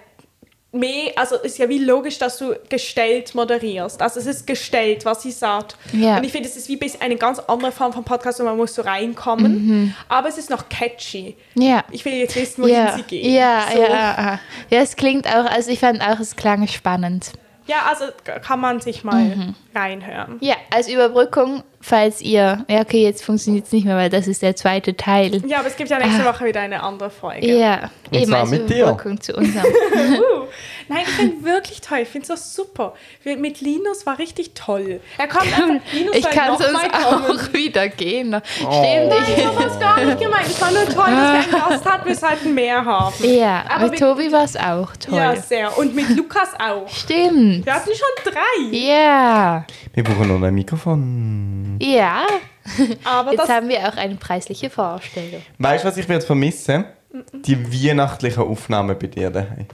Speaker 1: mehr, also es ist ja wie logisch, dass du gestellt moderierst. Also es ist gestellt, was sie sagt.
Speaker 3: Ja.
Speaker 1: Und ich finde, es ist wie bis- eine ganz andere Form von Podcast und man muss so reinkommen.
Speaker 3: Mhm.
Speaker 1: Aber es ist noch catchy.
Speaker 3: ja.
Speaker 1: Ich will jetzt wissen, wohin
Speaker 3: Ja,
Speaker 1: sie geht.
Speaker 3: ja,
Speaker 1: so.
Speaker 3: ja, ja. Ja, es klingt auch, also ich fand auch, es klang spannend.
Speaker 1: Ja, also kann man sich mal
Speaker 3: Mhm.
Speaker 1: reinhören.
Speaker 3: Ja, als Überbrückung, falls ihr. Ja, okay, jetzt funktioniert es nicht mehr, weil das ist der zweite Teil.
Speaker 1: Ja, aber es gibt ja nächste Woche wieder eine andere Folge.
Speaker 3: Ah. Ja, eben
Speaker 2: zwar
Speaker 3: als
Speaker 2: mit dir.
Speaker 3: Überbrückung zu unserem.
Speaker 1: Uh, nein, ich bin wirklich toll. Ich finde es auch super. Wir- Mit Linus war richtig toll. Er kommt einfach, Linus
Speaker 3: *laughs* Ich
Speaker 1: soll
Speaker 3: kann
Speaker 1: noch
Speaker 3: sonst
Speaker 1: mal kommen.
Speaker 3: auch *laughs* wieder gehen.
Speaker 2: Oh.
Speaker 3: Stimmt, ich.
Speaker 1: Das gar nicht gemeint. Es war nur toll, dass
Speaker 3: *laughs*
Speaker 1: wir einen Gast hatten. Wir sollten mehr haben.
Speaker 3: Ja,
Speaker 1: Aber
Speaker 3: mit
Speaker 1: wir-
Speaker 3: Tobi war es auch toll.
Speaker 1: Ja, sehr. Und mit Lukas auch.
Speaker 3: Stimmt.
Speaker 1: Wir hatten schon drei.
Speaker 3: Ja.
Speaker 2: Wir brauchen noch ein Mikrofon.
Speaker 3: Ja.
Speaker 1: Aber
Speaker 3: Jetzt
Speaker 1: das
Speaker 3: haben wir auch eine preisliche Vorstellung.
Speaker 2: Weißt du, was ich mir jetzt vermisse? Die weihnachtlichen Aufnahmen bei dir daheim.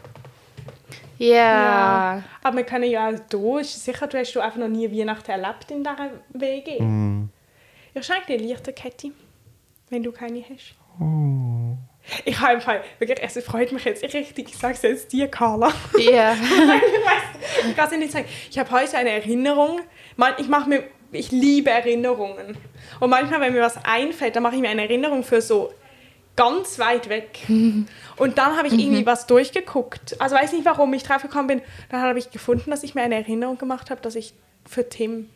Speaker 3: Ja.
Speaker 1: Aber man kann ja auch du, ist sicher, du hast du einfach noch nie Weihnachten erlebt in dieser WG. Ich schenke dir Lichterkette, wenn du keine hast. Ich habe im Fall, wirklich, es freut mich jetzt richtig, ich sage es jetzt dir, Carla.
Speaker 2: *laughs*
Speaker 3: Ja.
Speaker 1: ich weiß, ich kann es nicht sagen. Ich habe heute eine Erinnerung. Man, ich mache mir, ich liebe Erinnerungen. Und manchmal, wenn mir was einfällt, dann mache ich mir eine Erinnerung für so ganz weit weg. Und dann habe ich irgendwie was durchgeguckt. Also weiß nicht, warum ich drauf gekommen bin. Dann habe ich gefunden, dass ich mir eine Erinnerung gemacht habe, dass ich für Tim,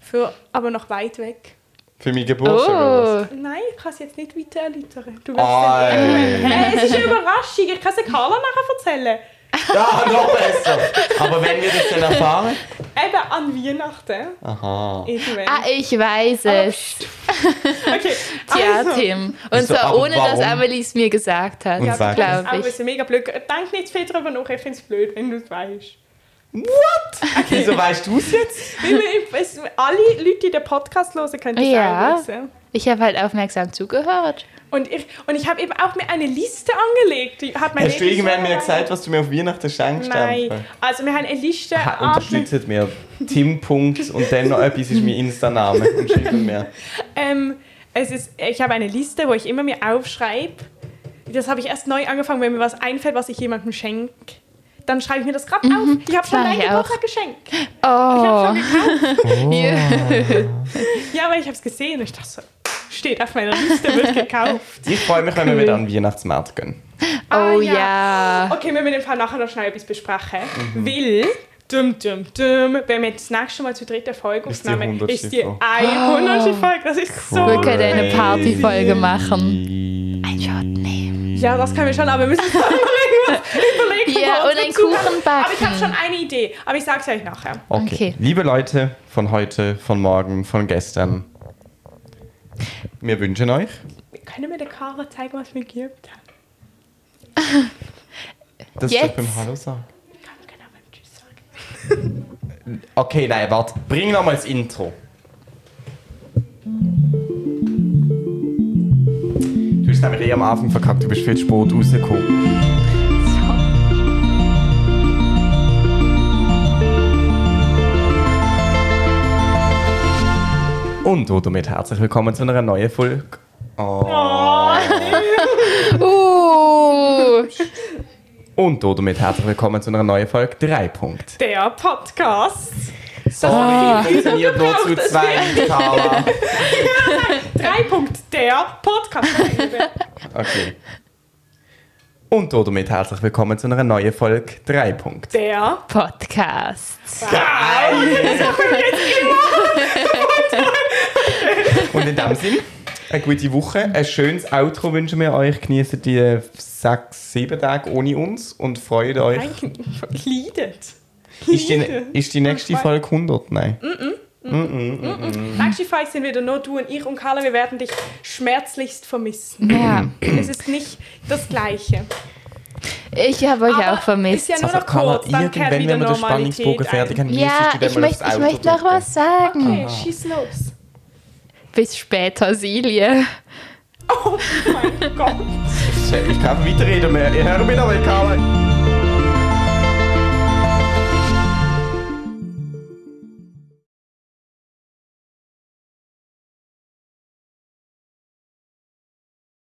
Speaker 1: für aber noch weit weg.
Speaker 2: Für meinen Geburtstag oder was?
Speaker 3: Oh.
Speaker 1: Nein, ich kann es jetzt nicht weiter erläutern. Du
Speaker 2: Ah.
Speaker 1: wirst es
Speaker 2: Ei. *laughs*
Speaker 1: nicht- Nein, es ist eine Überraschung. Ich kann es der Carla nachher erzählen.
Speaker 2: Ja, Ah, noch besser. Aber wenn wir das dann erfahren.
Speaker 1: Eben an Weihnachten.
Speaker 2: Ah. Aha.
Speaker 1: Irgendwann.
Speaker 3: Ah, ich weiß es.
Speaker 1: Okay.
Speaker 3: Tja,
Speaker 1: also,
Speaker 3: Tim. Und
Speaker 2: Wieso,
Speaker 3: zwar
Speaker 2: aber
Speaker 3: ohne, dass
Speaker 2: warum?
Speaker 3: Amelie es mir gesagt hat,
Speaker 2: Und
Speaker 1: Ja,
Speaker 2: sag
Speaker 3: glaube
Speaker 1: Aber es
Speaker 3: ich.
Speaker 1: ist mega blöd. Denk nicht zu viel darüber nach, ich finde es blöd, wenn du es weißt.
Speaker 2: What? Wieso weißt du es jetzt?
Speaker 1: Weil wir, es, alle Leute, die den Podcast hören, können das
Speaker 3: Ja.
Speaker 1: auch wissen.
Speaker 3: Ich habe halt aufmerksam zugehört.
Speaker 1: Und ich, und ich habe eben auch mir eine Liste angelegt. Die hat mein
Speaker 2: Hast du
Speaker 1: Leben
Speaker 2: irgendwann
Speaker 1: so
Speaker 2: mir gesagt,
Speaker 1: lange-
Speaker 2: was du mir auf Weihnachten schenkst?
Speaker 1: Nein. Also wir haben eine Liste
Speaker 2: Ha,
Speaker 1: angelegt.
Speaker 2: unterstützt mir. Tim. Punkt und dann noch etwas ist mein Insta-Name. Und schreibt mir.
Speaker 1: Ähm, es ist, ich habe eine Liste, wo ich immer mir aufschreibe. Das habe ich erst neu angefangen, wenn mir was einfällt, was ich jemandem schenke. Dann schreibe ich mir das gerade auf. Ich habe schon
Speaker 3: Mhm. mach
Speaker 1: dein
Speaker 3: ich auch.
Speaker 1: Geburtstag geschenkt.
Speaker 3: Oh.
Speaker 1: Ja, aber ich habe es gesehen und ich dachte so, steht auf meiner Liste,
Speaker 3: *laughs*
Speaker 1: wird gekauft.
Speaker 2: Ich freue mich, wenn wir wieder an den Weihnachtsmarkt gehen.
Speaker 1: Ah,
Speaker 3: Oh
Speaker 1: ja.
Speaker 3: ja. Mhm.
Speaker 1: Okay, wir müssen im Fall nachher noch schnell etwas besprechen, weil... Dum, dum, dum. Wenn wir das nächste Mal zur dritten Folge
Speaker 2: Ist die
Speaker 1: aufnehmen,
Speaker 2: 100.
Speaker 1: ist die
Speaker 2: Folge.
Speaker 3: Ah.
Speaker 1: 100. Folge. Das ist so
Speaker 3: Wir können eine Partyfolge machen.
Speaker 2: Ein
Speaker 3: Shot ne? nehmen.
Speaker 1: Ja, das können wir schon, aber wir müssen
Speaker 3: *laughs*
Speaker 1: uns noch irgendwas überlegen.
Speaker 3: Ja,
Speaker 1: wo
Speaker 3: und
Speaker 1: unsere
Speaker 3: einen
Speaker 1: Zuhörer-
Speaker 3: Kuchen backen.
Speaker 1: Aber ich habe schon eine Idee, aber ich sage es euch nachher.
Speaker 2: Okay.
Speaker 3: Okay.
Speaker 2: Liebe Leute von heute, von morgen, von gestern. Wir wünschen euch.
Speaker 1: Können wir der Kara zeigen, was wir geübt haben?
Speaker 2: Das
Speaker 3: Jetzt.
Speaker 2: ist beim Hallo sagen.
Speaker 1: Ich kann genau beim Tschüss sagen.
Speaker 2: Okay, nein, warte. Bring nochmal das Intro. Du hast nämlich eh am Anfang verkackt, du bist viel zu spät rausgekommen. Und du damit herzlich willkommen zu einer neuen Folge.
Speaker 3: Uh.
Speaker 2: Und du damit herzlich willkommen zu einer neuen Folge 3 Punkt.
Speaker 1: Der Podcast.
Speaker 3: Ah.
Speaker 2: Sorry, funktioniert nur zu
Speaker 1: braucht es
Speaker 2: zweit, Carla.
Speaker 1: 3 Punkt, der Podcast.
Speaker 2: Okay. Und damit herzlich willkommen zu einer neuen Folge 3 Punkt.
Speaker 3: *laughs*
Speaker 1: Der.
Speaker 2: *clears throat*
Speaker 3: Podcast.
Speaker 2: Und in dem Sinne, eine gute Woche, ein schönes Outro wünschen wir euch. Genießt die sechs, sieben Tage ohne uns und freut euch.
Speaker 1: Eigentlich leidet.
Speaker 2: Ist die, ne-
Speaker 1: Leidet.
Speaker 2: ist die nächste
Speaker 1: Nein.
Speaker 2: Folge 100? Nein.
Speaker 1: Nächste Folge Mhm. sind wieder nur du und ich und Carla. Wir werden dich schmerzlichst vermissen.
Speaker 3: Ja.
Speaker 1: es ist nicht das Gleiche.
Speaker 3: Ich habe *laughs* euch auch vermisst.
Speaker 1: Ist ja nur
Speaker 2: Also,
Speaker 1: noch
Speaker 2: Carla,
Speaker 1: kurz, dann
Speaker 2: irgendwann,
Speaker 1: kehrt
Speaker 2: wenn
Speaker 1: wieder
Speaker 2: wir den
Speaker 1: Normalität
Speaker 2: Spannungsbogen fertig
Speaker 1: ein.
Speaker 2: haben,
Speaker 3: Ja,
Speaker 2: müsstest du dann
Speaker 3: ich
Speaker 2: mal
Speaker 3: möchte,
Speaker 2: aufs
Speaker 3: ich
Speaker 2: Outro
Speaker 3: möchte noch
Speaker 2: drücken.
Speaker 3: was sagen.
Speaker 1: Okay, schieß los.
Speaker 3: Bis später, Silje.
Speaker 1: Oh mein Gott.
Speaker 3: *laughs*
Speaker 2: Ich kann weiterreden, mehr. ich höre mich noch, ich kann.